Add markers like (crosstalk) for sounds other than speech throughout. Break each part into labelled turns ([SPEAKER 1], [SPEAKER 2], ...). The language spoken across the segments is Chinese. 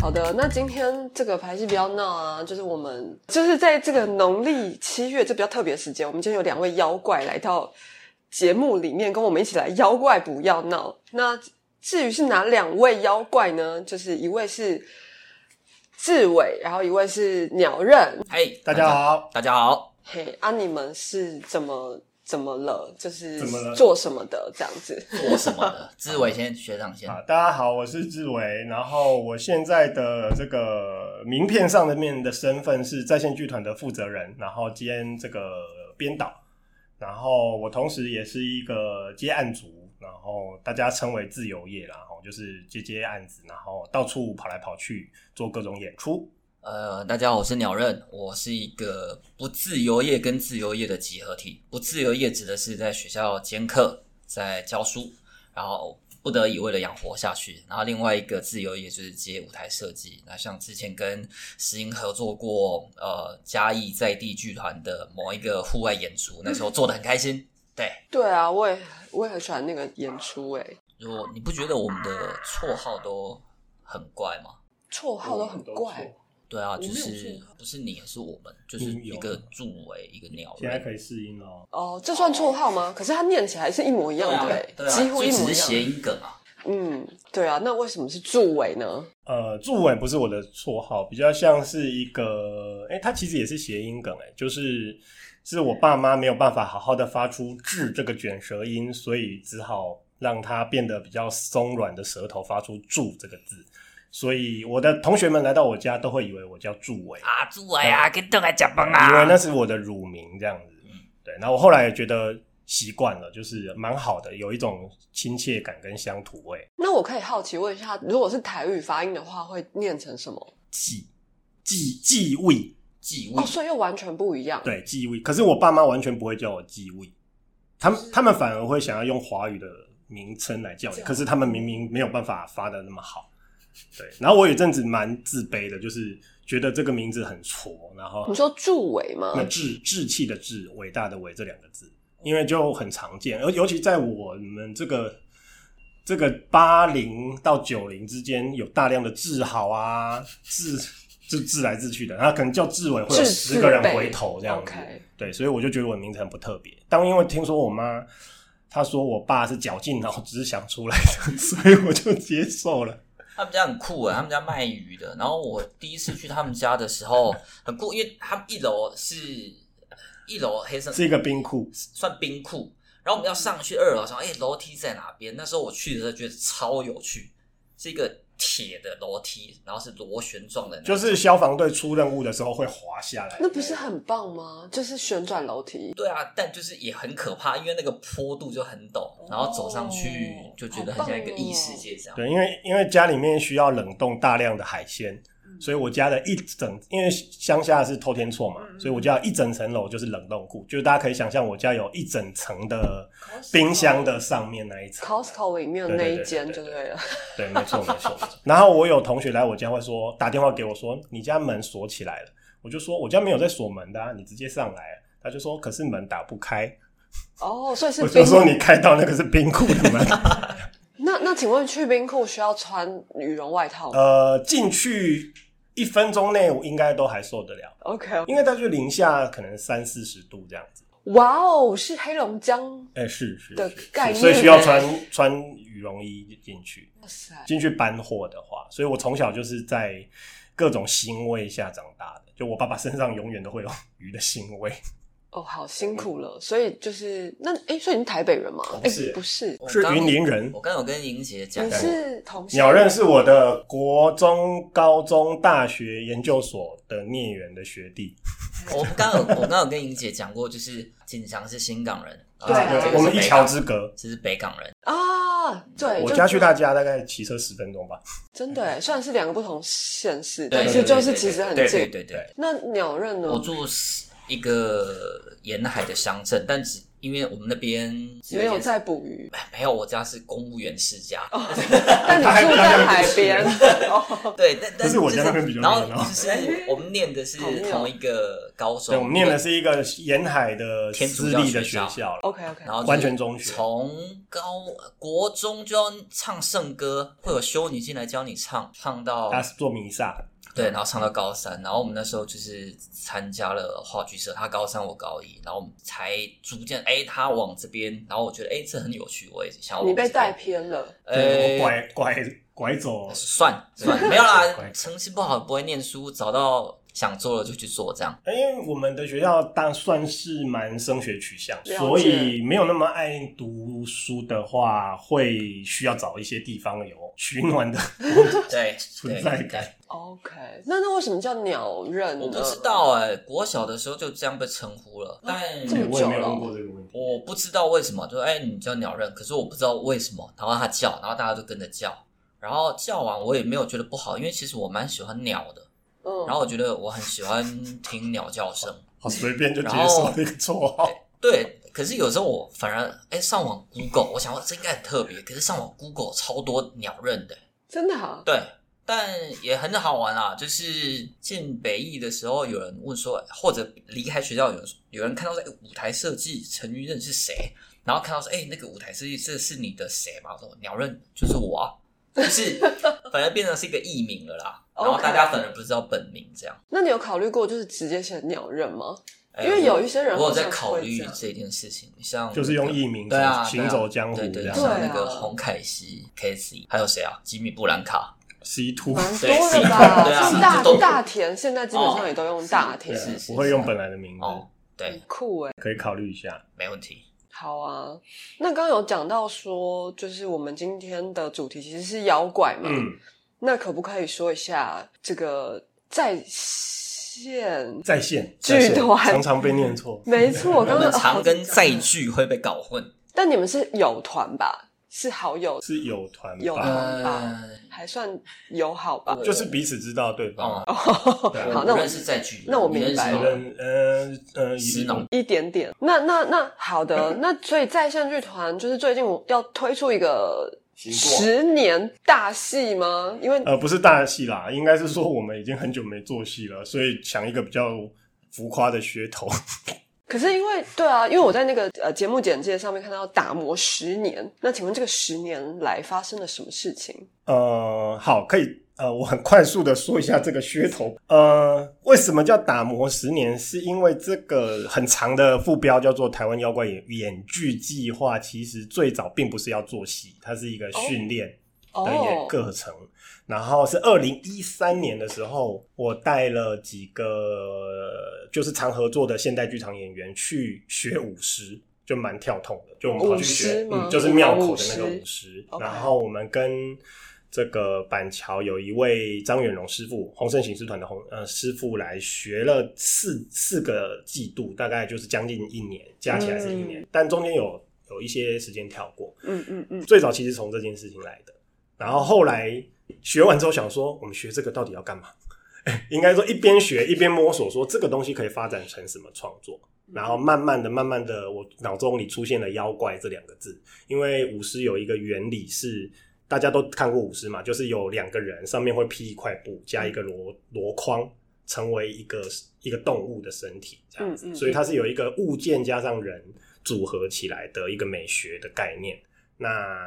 [SPEAKER 1] 好的，那今天这个排戏不要闹啊，就是我们就是在这个农历七月这比较特别的时间，我们今天有两位妖怪来到节目里面，跟我们一起来妖怪不要闹。那至于是哪两位妖怪呢？就是一位是志伟，然后一位是鸟刃。
[SPEAKER 2] 嘿，
[SPEAKER 3] 大家，好，
[SPEAKER 2] 大家好。
[SPEAKER 1] 嘿，啊，你们是怎么怎么了？就是
[SPEAKER 3] 怎么了
[SPEAKER 1] 做什么的这样子？
[SPEAKER 2] 做什么的？志伟先，学长先。
[SPEAKER 3] 啊，大家好，我是志伟，然后我现在的这个名片上的面的身份是在线剧团的负责人，然后兼这个编导，然后我同时也是一个接案族，然后大家称为自由业啦，然后就是接接案子，然后到处跑来跑去做各种演出。
[SPEAKER 2] 呃，大家好，我是鸟刃，我是一个不自由业跟自由业的集合体。不自由业指的是在学校兼课，在教书，然后不得已为了养活下去。然后另外一个自由业就是接舞台设计。那像之前跟石英合作过，呃，嘉义在地剧团的某一个户外演出，那时候做的很开心。对，
[SPEAKER 1] 对啊，我也我也很喜欢那个演出、欸，诶，
[SPEAKER 2] 如果你不觉得我们的绰号都很怪吗？
[SPEAKER 1] 绰号都很怪。
[SPEAKER 2] 对啊，
[SPEAKER 1] 我没
[SPEAKER 2] 就
[SPEAKER 1] 有
[SPEAKER 2] 是
[SPEAKER 1] 错
[SPEAKER 2] 不是你，是我们，就是一个助为一个鸟
[SPEAKER 3] 嗯啊现在
[SPEAKER 2] 人，
[SPEAKER 3] 可以试音喽。
[SPEAKER 1] 哦，这算绰号吗？可是它念起来是一模一样的、欸，
[SPEAKER 2] 对啊，
[SPEAKER 1] 几乎一
[SPEAKER 2] 就
[SPEAKER 1] 模
[SPEAKER 2] 只是
[SPEAKER 1] 一
[SPEAKER 2] 谐
[SPEAKER 1] 样。
[SPEAKER 2] 音梗啊。
[SPEAKER 1] 嗯，对啊，那为什么是助尾呢？
[SPEAKER 3] 呃，助伟不是我的绰号，比较像是一个，哎、它其实也是谐音梗、诶哎，就是是我爸妈没有办法好好的发出“治”这个卷舌音，所以只好让它变得比较松软的舌头发出“助”这个字，所以我的同学们来到我家都会以为我叫助伟，
[SPEAKER 2] 啊，助为啊，跟邓来讲崩
[SPEAKER 3] 以为那
[SPEAKER 2] 啊，
[SPEAKER 3] 是我的乳名这样子。对，然后我后来也觉得习惯了，就是蛮好的，有一种亲切感跟乡土味。
[SPEAKER 1] 那我可以好奇问一下，如果是台语发音的话，会念成什么？
[SPEAKER 3] 继继继位。
[SPEAKER 2] 继位
[SPEAKER 1] 哦，所以又完全不一样。，
[SPEAKER 3] 对，继位。可是我爸妈完全不会叫我继位，他们他们反而会想要用华语的名称来叫你，可是他们明明没有办法发的那么好。对，然后我有一阵子蛮自卑的，就是觉得这个名字很挫，然后
[SPEAKER 1] 你说助尾吗
[SPEAKER 3] 那？志志气的志，伟大的伟这两个字，因为就很常见，而尤其在我们这个这个八零到九零之间，有大量的志豪啊，志就志来志去的，然后可能叫志伟会有
[SPEAKER 1] 志
[SPEAKER 3] 十个人
[SPEAKER 1] 志辈
[SPEAKER 3] 回头这样子
[SPEAKER 1] OK
[SPEAKER 3] 对，所以我就觉得我的名字很不特别。但因为听说我妈她说我爸是绞尽脑汁想出来的， (laughs) 所以我就接受了。
[SPEAKER 2] 他们家很酷啊，他们家卖鱼的。然后我第一次去他们家的时候很酷，因为他们一楼是一楼黑色
[SPEAKER 3] 是一个冰库，
[SPEAKER 2] 算冰库，然后我们要上去二楼，想哎楼梯在哪边？那时候我去的时候觉得超有趣，是一个铁的楼梯，然后是螺旋状的那种，
[SPEAKER 3] 就是消防队出任务的时候会滑下来。
[SPEAKER 1] 那不是很棒吗？就是旋转楼梯。
[SPEAKER 2] 对啊，但就是也很可怕，因为那个坡度就很陡，然后走上
[SPEAKER 1] 哦
[SPEAKER 2] 去就觉得很像一个异世界这样。
[SPEAKER 3] 对，因为因为家里面需要冷冻大量的海鲜，
[SPEAKER 1] 嗯
[SPEAKER 3] 所以我家的一整，因为乡下是透天厝嘛，
[SPEAKER 1] 嗯
[SPEAKER 3] 所以我家有一整层楼就是冷冻库，就是大家可以想象我家有一整层的冰
[SPEAKER 1] 哦
[SPEAKER 3] 箱的上面那一层。
[SPEAKER 1] Costco 里面的那一间就对了，
[SPEAKER 3] 对，没错没错。没错 (laughs) 然后我有同学来我家会说，打电话给我说你家门锁起来了，我就说我家没有在锁门的、啊，你直接上来。他就说可是门打不开，
[SPEAKER 1] 哦，所以是
[SPEAKER 3] 我
[SPEAKER 1] 冰
[SPEAKER 3] 就。说你开到那个是冰库的门。 (laughs)
[SPEAKER 1] 那那请问去冰库需要穿羽绒外套吗
[SPEAKER 3] 呃，进去一分钟内我应该都还受得了。
[SPEAKER 1] ？OK，
[SPEAKER 3] 应该大概就零下可能三四十度这样子。
[SPEAKER 1] 哇哦，是黑龙江，
[SPEAKER 3] 哎、是是
[SPEAKER 1] 的
[SPEAKER 3] 是
[SPEAKER 1] 概念
[SPEAKER 3] 所以需要穿穿羽绒衣进去，
[SPEAKER 1] 哇塞，
[SPEAKER 3] 进去搬货的话，所以我从小就是在各种腥味下长大的，就我爸爸身上永远都会有 (laughs) 鱼的腥味。
[SPEAKER 1] 哦，好辛苦了，所以就是那哎、所以你是台北人吗？
[SPEAKER 3] 我不
[SPEAKER 1] 哎
[SPEAKER 3] 是
[SPEAKER 1] 不是，
[SPEAKER 2] 我
[SPEAKER 3] 是
[SPEAKER 2] 刚
[SPEAKER 3] 云林人
[SPEAKER 2] 我刚有跟莹姐讲
[SPEAKER 1] 你，是同乡
[SPEAKER 3] 鸟认是我的国中、高中、大学研究所的孽缘的学弟，
[SPEAKER 2] 我刚有我刚有跟莹姐讲过，就是锦祥是新港人，
[SPEAKER 1] 对啊
[SPEAKER 2] 然后这个是
[SPEAKER 3] 我们
[SPEAKER 2] 北
[SPEAKER 3] 一
[SPEAKER 2] 港
[SPEAKER 3] 桥之隔。
[SPEAKER 2] 这是北港人，
[SPEAKER 1] 啊，对，
[SPEAKER 3] 我
[SPEAKER 1] 就
[SPEAKER 3] 家去他家大概骑车十分钟吧。
[SPEAKER 1] 真的哎，虽然是两个不同县市，
[SPEAKER 2] 对
[SPEAKER 1] 但
[SPEAKER 2] 对
[SPEAKER 1] 是
[SPEAKER 2] 对
[SPEAKER 1] 就是
[SPEAKER 2] 对
[SPEAKER 1] 其实很
[SPEAKER 2] 对对
[SPEAKER 1] 近。嗯
[SPEAKER 2] 对对对，
[SPEAKER 1] 那鸟认呢
[SPEAKER 2] 我？住十一个沿海的乡镇，但只因为我们那边只
[SPEAKER 1] 没有
[SPEAKER 2] 一间
[SPEAKER 1] 在捕
[SPEAKER 2] (laughs)
[SPEAKER 1] 鱼，
[SPEAKER 2] 没有，我家是公务员世家，
[SPEAKER 1] 但你住在海边， (laughs) 哦，
[SPEAKER 2] 对，但但
[SPEAKER 3] 可是我
[SPEAKER 2] 就
[SPEAKER 3] 家那边比较
[SPEAKER 2] 然后
[SPEAKER 3] 热闹
[SPEAKER 2] 就是我们念的是
[SPEAKER 1] 哎好啊妙
[SPEAKER 2] 同一个高中，
[SPEAKER 3] 对，我们念的是一个沿海的
[SPEAKER 2] 天主
[SPEAKER 3] 私
[SPEAKER 2] 教
[SPEAKER 3] 立的
[SPEAKER 2] 学
[SPEAKER 3] 学
[SPEAKER 2] 校
[SPEAKER 3] 校了。
[SPEAKER 1] OK OK，
[SPEAKER 2] 然后就是
[SPEAKER 3] 完全中学
[SPEAKER 2] 从高国中就要唱圣歌，会有修女进来教你唱，唱到
[SPEAKER 3] 他是做弥撒，
[SPEAKER 2] 对，然后上到高三，然后我们那时候就是参加了话剧社，他高三我高一，然后我们才逐渐哎他往这边，然后我觉得哎这很有趣，我也想要往
[SPEAKER 1] 你被
[SPEAKER 2] 这边
[SPEAKER 1] 带偏了，
[SPEAKER 2] 哎
[SPEAKER 3] 对我拐拐
[SPEAKER 2] (laughs)
[SPEAKER 3] 拐走
[SPEAKER 2] 算算没有
[SPEAKER 3] (laughs)
[SPEAKER 2] 啦
[SPEAKER 3] 乖，
[SPEAKER 2] 成绩不好不会念书，找到想做了就去做这样。
[SPEAKER 3] 因为我们的学校当算是蛮升学取向，
[SPEAKER 2] 啊
[SPEAKER 1] 了解
[SPEAKER 3] 所以没有那么爱读书的话，会需要找一些地方有取暖的
[SPEAKER 2] 对，
[SPEAKER 3] 存在感。
[SPEAKER 1] OK，那那为什么叫鸟人呢？
[SPEAKER 2] 我不知道哎、国小的时候就这样被称呼了，但
[SPEAKER 1] 啊这么久了
[SPEAKER 3] (laughs) 我也没有问过这个问题。
[SPEAKER 2] 我不知道为什么，就哎、你叫鸟人，可是我不知道为什么，然后他叫，然后大家就跟着叫，然后叫完我也没有觉得不好，因为其实我蛮喜欢鸟的，
[SPEAKER 1] 嗯，
[SPEAKER 2] 然后我觉得我很喜欢听鸟叫声，
[SPEAKER 3] 好随便就接
[SPEAKER 2] 然
[SPEAKER 3] 受
[SPEAKER 2] 后
[SPEAKER 3] 这个绰号，
[SPEAKER 2] 对，可是有时候我反而哎、上网 Google，我想说这应该很特别，可是上网 Google 超多鸟认的，
[SPEAKER 1] 真的啊，
[SPEAKER 2] 对，但也很好玩啦。就是进北艺的时候，有人问说，或者离开学校有人说有人看到说，哎、舞台设计陈玉任是谁？然后看到说，哎、那个舞台设计这是你的谁嘛？我说鸟任就是我啊，就是反而变成是一个艺名了啦。然后大家
[SPEAKER 1] (laughs) OK
[SPEAKER 2] 反而不知道本名这样，
[SPEAKER 1] 那你有考虑过就是直接写鸟人吗？
[SPEAKER 2] 哎
[SPEAKER 1] 因为有一些人
[SPEAKER 2] 我有
[SPEAKER 1] 好像
[SPEAKER 2] 在考
[SPEAKER 1] 会
[SPEAKER 2] 虑
[SPEAKER 1] 这样
[SPEAKER 2] 这件事情，像
[SPEAKER 3] 就是用艺名
[SPEAKER 2] 对啊，
[SPEAKER 3] 行走江湖
[SPEAKER 2] 对
[SPEAKER 3] 这
[SPEAKER 2] 对，
[SPEAKER 3] 样。
[SPEAKER 2] 像
[SPEAKER 1] 对
[SPEAKER 2] 那
[SPEAKER 1] 啊
[SPEAKER 2] 个洪凯西、Casey，还有谁啊？吉米布兰卡，
[SPEAKER 3] C two，
[SPEAKER 1] 蛮多
[SPEAKER 2] 对
[SPEAKER 1] 了吧？
[SPEAKER 2] 对啊
[SPEAKER 1] 像大
[SPEAKER 2] 这都
[SPEAKER 1] 大田现在基本上也都用大田，
[SPEAKER 2] 哦是
[SPEAKER 3] 啊我会用本来的名字，
[SPEAKER 2] 哦，
[SPEAKER 1] 很
[SPEAKER 2] 对，
[SPEAKER 1] 酷哎。
[SPEAKER 3] 可以考虑一下。
[SPEAKER 2] 没问题。
[SPEAKER 1] 好啊，那刚刚有讲到说，就是我们今天的主题其实是摇拐嘛，
[SPEAKER 3] 嗯，
[SPEAKER 1] 那可不可以说一下这个在线？
[SPEAKER 3] 在线
[SPEAKER 1] 剧
[SPEAKER 3] 在线
[SPEAKER 1] 团
[SPEAKER 3] 常常被念
[SPEAKER 2] (laughs)
[SPEAKER 3] 错，
[SPEAKER 1] 没错，我
[SPEAKER 2] 我
[SPEAKER 1] 刚刚
[SPEAKER 2] 们常跟在
[SPEAKER 1] 哦
[SPEAKER 2] 剧会被搞混。
[SPEAKER 1] (laughs) 但你们是友团吧？是好友，
[SPEAKER 3] 是有团
[SPEAKER 1] 有
[SPEAKER 3] 吧？
[SPEAKER 1] 团吧？还算友好吧？
[SPEAKER 3] 就是彼此知道对
[SPEAKER 2] 哦
[SPEAKER 3] 方。对
[SPEAKER 1] (laughs)
[SPEAKER 3] 啊
[SPEAKER 1] 好那我
[SPEAKER 2] 认识在剧，
[SPEAKER 1] 那我
[SPEAKER 2] 你
[SPEAKER 1] 明
[SPEAKER 2] 认识
[SPEAKER 1] 白
[SPEAKER 2] 吗
[SPEAKER 1] 了
[SPEAKER 3] 嗯嗯嗯，
[SPEAKER 2] 石农
[SPEAKER 1] 一点点。那那那好
[SPEAKER 3] (laughs)
[SPEAKER 1] 的，那所以在线剧团就是最近我要推出一个
[SPEAKER 4] 新作
[SPEAKER 1] 十年大戏吗？因为
[SPEAKER 3] 呃，不是大戏啦，应该是说我们已经很久没做戏了，所以想一个比较浮夸的噱头。
[SPEAKER 1] 可是因为对啊，因为我在那个呃节目简介上面看到打磨十年，那请问这个十年来发生了什么事情？
[SPEAKER 3] 呃，好，可以。呃，我很快速的说一下这个噱头。呃，为什么叫打磨十年？是因为这个很长的副标叫做“台湾妖怪演演剧计划”，其实最早并不是要做戏，它是一个训练。
[SPEAKER 1] 哦
[SPEAKER 3] 的演各城。然后是二零一三年的时候，我带了几个就是常合作的现代剧场演员去学舞狮，就蛮跳痛的。就我们跑去
[SPEAKER 1] 舞狮
[SPEAKER 3] 学，
[SPEAKER 1] 吗
[SPEAKER 3] 嗯，就是庙口的那个舞狮
[SPEAKER 1] 舞狮。
[SPEAKER 3] 然后我们跟这个板桥有一位张远荣师傅，洪盛行师团的洪呃师傅来学了四四个季度，大概就是将近一年，加起来是一年，但中间有有一些时间跳过。
[SPEAKER 1] 嗯嗯嗯，
[SPEAKER 3] 最早其实从这件事情来的，然后后来学完之后想说，我们学这个到底要干嘛？ (laughs) 应该说一边学一边摸索，说这个东西可以发展成什么创作。然后慢慢的、慢慢的，我脑中里出现了“妖怪”这两个字，因为舞狮有一个原理是大家都看过舞狮嘛，就是有两个人上面会披一块布加一个
[SPEAKER 1] 嗯
[SPEAKER 3] 箩箩筐，成为一个一个动物的身体这样子，
[SPEAKER 1] 嗯嗯嗯
[SPEAKER 3] 所以它是有一个物件加上人组合起来的一个美学的概念。那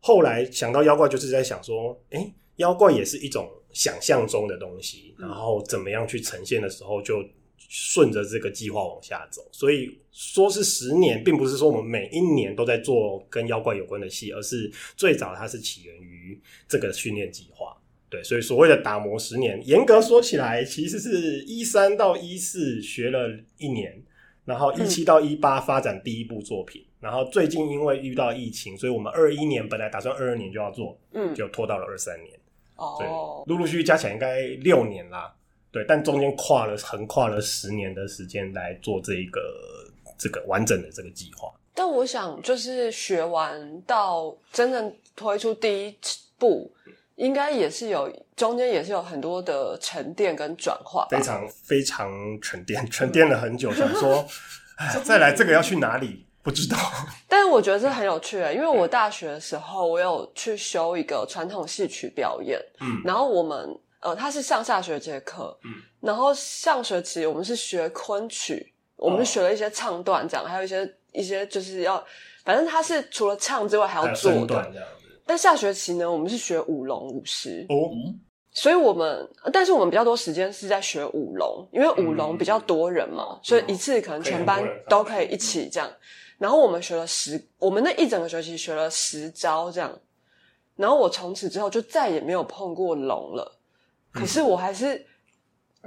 [SPEAKER 3] 后来想到妖怪，就是在想说，诶，妖怪也是一种想象中的东西，
[SPEAKER 1] 嗯
[SPEAKER 3] 然后怎么样去呈现的时候，就顺着这个计划往下走。所以说是十年，并不是说我们每一年都在做跟妖怪有关的戏，而是最早它是起源于这个训练计划。对，所以所谓的打磨十年，严格说起来，其实是一三到一四学了一年，然后
[SPEAKER 1] 嗯
[SPEAKER 3] 一七到一八发展第一部作品，然后最近因为遇到疫情，所以我们二一年本来打算二二年就要做，
[SPEAKER 1] 嗯
[SPEAKER 3] 就拖到了二三年，对
[SPEAKER 1] 哦，，
[SPEAKER 3] 陆陆续续加起来应该六年啦，对，但中间跨了横跨了十年的时间来做这一个这个完整的这个计划。
[SPEAKER 1] 但我想就是学完到真正推出第一步，应该也是有中间也是有很多的沉淀跟转化吧
[SPEAKER 3] 非。常非常沉淀，沉淀了很久，想说，
[SPEAKER 1] (laughs)
[SPEAKER 3] 哎，再来这个要去哪里？不知道。
[SPEAKER 1] 但是我觉得这很有趣、
[SPEAKER 3] 嗯
[SPEAKER 1] 欸，因为我大学的时候我有去修一个传统戏曲表演，
[SPEAKER 3] 嗯
[SPEAKER 1] 然后我们呃，它是上下学期的课，
[SPEAKER 3] 嗯
[SPEAKER 1] 然后上学期我们是学昆曲，我们
[SPEAKER 3] 哦
[SPEAKER 1] 学了一些唱段这样，还有一些一些就是要，反正它是除了唱之外还
[SPEAKER 3] 还
[SPEAKER 1] 要
[SPEAKER 3] 有
[SPEAKER 1] 做
[SPEAKER 3] 身
[SPEAKER 1] 的
[SPEAKER 3] 段。这样子。
[SPEAKER 1] 但下学期呢，我们是学舞龙舞狮，
[SPEAKER 3] 哦，
[SPEAKER 2] 嗯，
[SPEAKER 1] 所以我们但是我们比较多时间是在学舞龙，因为舞龙比较多人嘛，
[SPEAKER 3] 嗯
[SPEAKER 1] 所以一次可能全班都可以一起这样。然后我们学了十，我们那一整个学期学了十招这样。然后我从此之后就再也没有碰过龙了，
[SPEAKER 3] 嗯
[SPEAKER 1] 可是我还是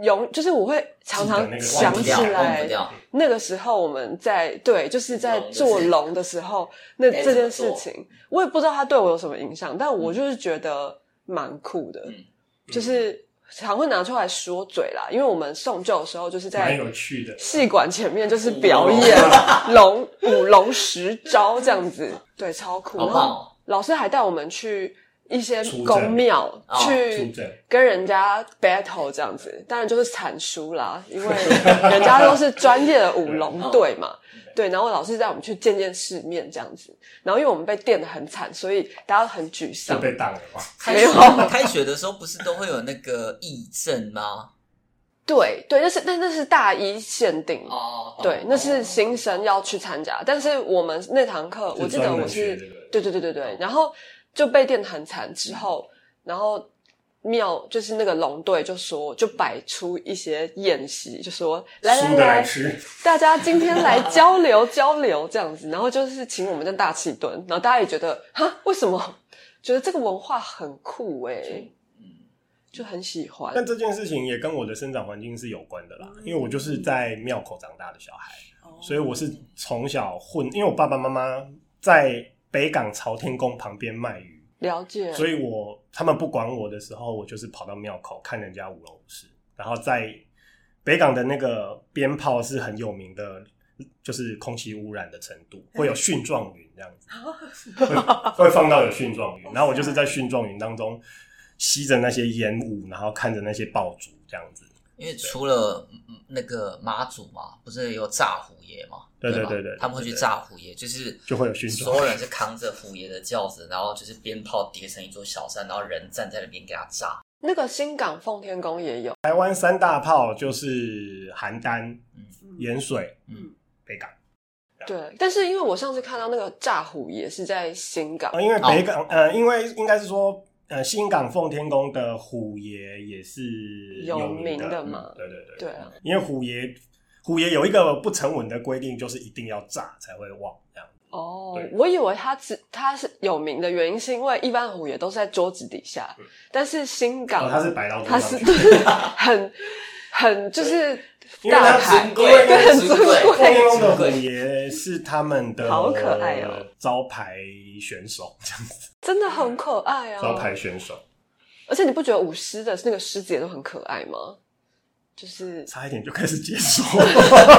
[SPEAKER 1] 永，就是我会常
[SPEAKER 3] 记得
[SPEAKER 1] 常
[SPEAKER 3] 那个
[SPEAKER 2] 忘
[SPEAKER 1] 想
[SPEAKER 2] 不
[SPEAKER 1] 起
[SPEAKER 2] 掉，忘
[SPEAKER 1] 来
[SPEAKER 2] 不掉。
[SPEAKER 1] 那个时候我们在对，就是在做龙的时候，那
[SPEAKER 2] 该
[SPEAKER 1] 这
[SPEAKER 2] 怎么
[SPEAKER 1] 件事情，我也不知道它对我有什么影响，但我就是觉得蛮酷的，
[SPEAKER 2] 嗯
[SPEAKER 1] 就是常会拿出来说嘴啦，因为我们送旧的时候就是
[SPEAKER 3] 蛮
[SPEAKER 1] 在
[SPEAKER 3] 有趣的。
[SPEAKER 1] 戏
[SPEAKER 3] (laughs)
[SPEAKER 1] 馆前面就是表演龙舞龙十招这样子，对，超酷。
[SPEAKER 2] 好
[SPEAKER 1] 然
[SPEAKER 2] 棒
[SPEAKER 1] 后
[SPEAKER 2] 哦！
[SPEAKER 1] 老师还带我们去一些
[SPEAKER 3] 出阵
[SPEAKER 1] 宫庙
[SPEAKER 2] 哦
[SPEAKER 1] 去
[SPEAKER 3] 出阵，
[SPEAKER 1] 跟人家 battle 这样子，当然就是惨输啦，因为人家都是专业的舞龙队嘛。对，然后老师带我们去见见世面这样子，然后因为我们被电的很惨，所以大家很沮
[SPEAKER 3] 就
[SPEAKER 1] 丧。
[SPEAKER 3] 被当了嘛。
[SPEAKER 2] 开
[SPEAKER 1] 没
[SPEAKER 2] 学
[SPEAKER 1] 有
[SPEAKER 2] 开学的时候不是都会有那个义政吗？
[SPEAKER 1] 对对，那是那那是大一限定，
[SPEAKER 2] 哦，
[SPEAKER 1] 对，那是新生要去参加，但是我们那堂课
[SPEAKER 3] 是
[SPEAKER 1] 我记得我
[SPEAKER 3] 专门学
[SPEAKER 1] 是
[SPEAKER 3] 这个哦
[SPEAKER 1] 对对对对对，然后就被电得很惨之后，然后庙就是那个龙队就说就摆出一些宴席，就说来来
[SPEAKER 3] 输的来
[SPEAKER 1] 来，
[SPEAKER 3] 吃，
[SPEAKER 1] 大家今天来交流交流这样子，然后就是请我们这大气蹲，然后大家也觉得哈为什么觉得这个文化很酷诶、
[SPEAKER 2] 嗯
[SPEAKER 1] 就很喜欢。
[SPEAKER 3] 但这件事情也跟我的生长环境是有关的啦，因为我就是在庙口长大的小孩，所以我
[SPEAKER 1] 哦
[SPEAKER 3] 是从小混，因为我爸爸妈妈在北港朝天宫旁边卖鱼，
[SPEAKER 1] 了解，
[SPEAKER 3] 所以我他们不管我的时候，我就是跑到庙口看人家舞龙舞狮，然后在北港的那个鞭炮是很有名的。就是空气污染的程度，会有蕈状云这样子，会会放到有蕈状云，然后我就是在蕈状云当中吸着那些烟雾，然后看着那些爆竹这样子。
[SPEAKER 2] 因为除了嗯那个妈祖嘛，不是有炸虎爷嘛？
[SPEAKER 3] 对
[SPEAKER 2] 吧
[SPEAKER 3] 对对对对
[SPEAKER 2] 他们会去炸虎爷，就是
[SPEAKER 3] 就会有熏妆
[SPEAKER 2] 所有人是扛着虎爷的轿子，然后就是鞭炮叠成一座小山，然后人站在那边给他炸。
[SPEAKER 1] 那个新港奉天宫也有，
[SPEAKER 3] 台湾三大炮就是邯郸、盐水、
[SPEAKER 2] 嗯
[SPEAKER 3] 北港
[SPEAKER 1] 对，但是因为我上次看到那个炸虎也是在新港
[SPEAKER 3] 啊，，因为北港、呃，因为应该是说呃，新港奉天宫的虎爷也是
[SPEAKER 1] 有名
[SPEAKER 3] 名
[SPEAKER 1] 的
[SPEAKER 3] 嗯
[SPEAKER 1] 嘛
[SPEAKER 3] 对对对，
[SPEAKER 1] 对啊，
[SPEAKER 3] 因为虎爷虎爷有一个不成文的规定，就是一定要炸才会旺这样。
[SPEAKER 1] 哦
[SPEAKER 3] 对，
[SPEAKER 1] 我以为它只它是有名的原因，是因为一般虎也都是在桌子底下，
[SPEAKER 3] 嗯
[SPEAKER 1] 但是新港
[SPEAKER 3] 哦它是摆到桌
[SPEAKER 1] 它
[SPEAKER 3] 上
[SPEAKER 1] 是
[SPEAKER 3] 去
[SPEAKER 1] 很很就是
[SPEAKER 3] 因为
[SPEAKER 1] 大
[SPEAKER 3] 它
[SPEAKER 1] 牌
[SPEAKER 3] 尊，贵
[SPEAKER 1] 对，很
[SPEAKER 2] 尊
[SPEAKER 1] 尊
[SPEAKER 2] 贵
[SPEAKER 3] 奉天宫的
[SPEAKER 1] 贵。
[SPEAKER 3] 虎爷是他们的
[SPEAKER 1] 好可爱哦
[SPEAKER 3] 招牌选手这样子，
[SPEAKER 1] 真的很可爱
[SPEAKER 3] 招
[SPEAKER 1] 啊！
[SPEAKER 3] 牌选手
[SPEAKER 1] 而且你不觉得舞狮的那个狮子也都很可爱吗？就是
[SPEAKER 3] 差一点就开始接受。
[SPEAKER 2] 不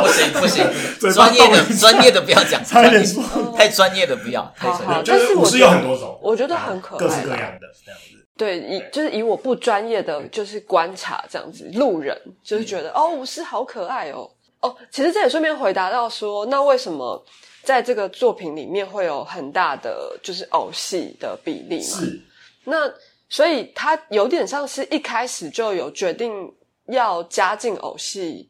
[SPEAKER 2] 行不行
[SPEAKER 3] (laughs) 嘴，巴
[SPEAKER 2] 专业
[SPEAKER 3] 动一
[SPEAKER 2] 的
[SPEAKER 3] 下
[SPEAKER 2] 专业的不要讲，
[SPEAKER 3] 差一点
[SPEAKER 2] 专业
[SPEAKER 3] 说
[SPEAKER 2] 太专业的不要，太专
[SPEAKER 1] 好
[SPEAKER 2] 业
[SPEAKER 1] 好
[SPEAKER 2] 的。
[SPEAKER 3] 就
[SPEAKER 1] 但是我
[SPEAKER 3] 舞狮
[SPEAKER 1] 觉
[SPEAKER 3] 有
[SPEAKER 1] 得
[SPEAKER 3] 很多种，
[SPEAKER 1] 我觉得很可爱
[SPEAKER 3] 各式各
[SPEAKER 1] 啦
[SPEAKER 3] 样的这样子。
[SPEAKER 1] 对，以就是以我不专业
[SPEAKER 3] 嗯
[SPEAKER 1] 的就是观察这样子，路人就是觉得、哦，舞狮好可爱哦哦。其实这也顺便回答到说，那为什么在这个作品里面会有很大的就是偶戏的比例嘛？
[SPEAKER 3] 是，
[SPEAKER 1] 那所以他有点像是一开始就有决定要加进偶戏，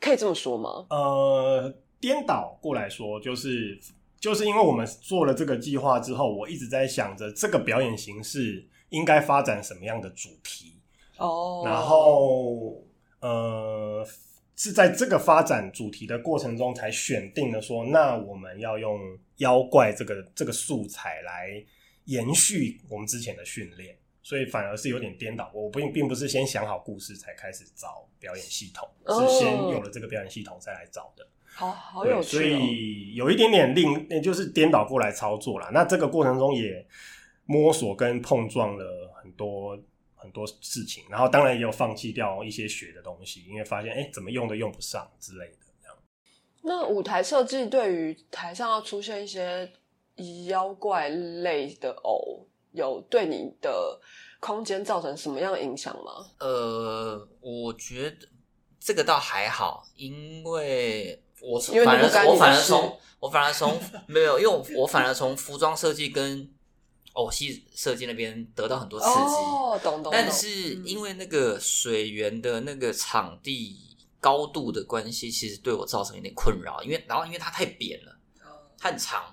[SPEAKER 1] 可以这么说吗？
[SPEAKER 3] 呃，颠倒过来说，就是就是因为我们做了这个计划之后，我一直在想着这个表演形式应该发展什么样的主题，
[SPEAKER 1] 哦，
[SPEAKER 3] 然后呃。是在这个发展主题的过程中，才选定了说，那我们要用妖怪这个这个素材来延续我们之前的训练，所以反而是有点颠倒。我并并不是先想好故事才开始找表演系统，
[SPEAKER 1] 哦
[SPEAKER 3] 是先有了这个表演系统再来找的。
[SPEAKER 1] 好好
[SPEAKER 3] 对，
[SPEAKER 1] 有
[SPEAKER 3] 所
[SPEAKER 1] 趣、哦，
[SPEAKER 3] 以有一点点另，也就是颠倒过来操作啦。那这个过程中也摸索跟碰撞了很多很多事情，然后当然也有放弃掉一些学的东西，因为发现哎、诶怎么用都用不上之类的。这样
[SPEAKER 1] 那舞台设计对于台上要出现一些妖怪类的偶，有对你的空间造成什么样的影响吗？
[SPEAKER 2] 呃，我觉得这个倒还好，因为我
[SPEAKER 1] 因为
[SPEAKER 2] 反
[SPEAKER 1] 你不干
[SPEAKER 2] 而我
[SPEAKER 1] 你的
[SPEAKER 2] 反而
[SPEAKER 1] 事
[SPEAKER 2] 从我反而从没有，因为我我反而从服装设计跟偶戏设计那边得到很多刺激。
[SPEAKER 1] 哦，懂懂懂。
[SPEAKER 2] 但是
[SPEAKER 1] 嗯
[SPEAKER 2] 因为那个水源的那个场地高度的关系，其实对我造成有点困扰，因为然后因为它太扁了，
[SPEAKER 1] 哦
[SPEAKER 2] 它很长，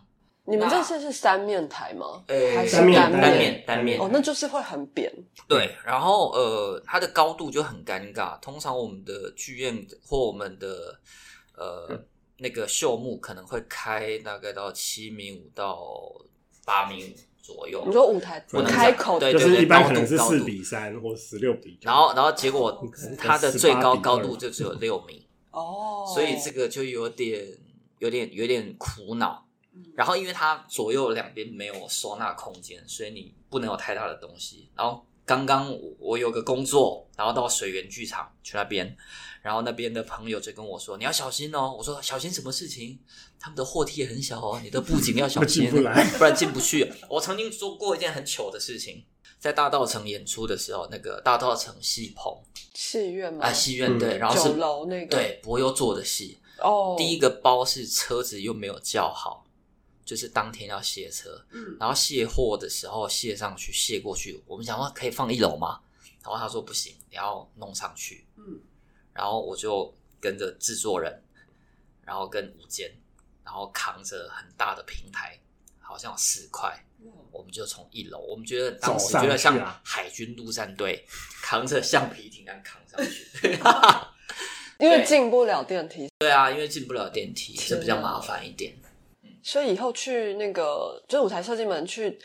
[SPEAKER 1] 你们
[SPEAKER 2] 那
[SPEAKER 1] 这次是三面台吗？
[SPEAKER 2] 呃
[SPEAKER 1] 还是
[SPEAKER 3] 单面
[SPEAKER 1] 单
[SPEAKER 2] 单
[SPEAKER 1] 面？
[SPEAKER 2] 面单面
[SPEAKER 1] 哦，那就是会很扁。
[SPEAKER 2] 对，然后呃，它的高度就很尴尬。通常我们的剧院或我们的呃那个秀幕可能会开大概到七米五到八米五左右。
[SPEAKER 1] 你说舞台
[SPEAKER 2] 不能
[SPEAKER 1] 开口
[SPEAKER 2] 对
[SPEAKER 1] 的
[SPEAKER 2] 对
[SPEAKER 3] 就
[SPEAKER 2] 对，
[SPEAKER 3] 是一般可
[SPEAKER 2] 高
[SPEAKER 3] 能
[SPEAKER 2] 度
[SPEAKER 3] 是
[SPEAKER 2] 高
[SPEAKER 3] 四
[SPEAKER 2] 度
[SPEAKER 3] 比三或十六比九，
[SPEAKER 2] 然后然后结果它的最高
[SPEAKER 3] 18比
[SPEAKER 2] 高度
[SPEAKER 3] 二
[SPEAKER 2] 就只有六米。
[SPEAKER 1] 哦，
[SPEAKER 2] 所以这个就有点、有点、有点苦
[SPEAKER 1] 嗯
[SPEAKER 2] 恼。然后因为它左右两边没有收纳空间，所以你不能有太大的东西。然后刚刚我我有个工作，然后到水源剧场去那边，然后那边的朋友就跟我说：“你要小心哦。”我说：“小心什么事情？他们的货梯也很小哦，你的布景要小心，
[SPEAKER 3] (laughs) 进不来
[SPEAKER 2] 不然进不去。”我曾经做过一件很糗的事情，在大道城演出的时候，那个大道城戏棚
[SPEAKER 1] 戏院嘛
[SPEAKER 2] 啊，，戏院
[SPEAKER 3] 嗯
[SPEAKER 2] 对，然后是
[SPEAKER 1] 酒楼那个，
[SPEAKER 2] 对博优做的戏，
[SPEAKER 1] 哦，
[SPEAKER 2] 第一
[SPEAKER 1] 个，
[SPEAKER 2] 个包是车子又没有叫好，就是当天要卸车，
[SPEAKER 1] 嗯
[SPEAKER 2] 然后卸货的时候卸上去卸过去，我们想说可以放一楼吗？然后他说不行，你要弄上去。
[SPEAKER 1] 嗯，
[SPEAKER 2] 然后我就跟着制作人，然后跟吴坚，然后扛着很大的平台，好像有四块，我们就从一楼，我们觉得当时
[SPEAKER 3] 走上
[SPEAKER 2] 觉
[SPEAKER 3] 去啊
[SPEAKER 2] 得像海军陆战队扛着橡皮艇那样扛上去。 (laughs)
[SPEAKER 1] 因为
[SPEAKER 2] 对
[SPEAKER 1] 进不了电梯，
[SPEAKER 2] 对啊，因为进不了电梯，这比较
[SPEAKER 1] 天啊
[SPEAKER 2] 麻烦一点。
[SPEAKER 1] 所以以后去那个就是舞台设计门去，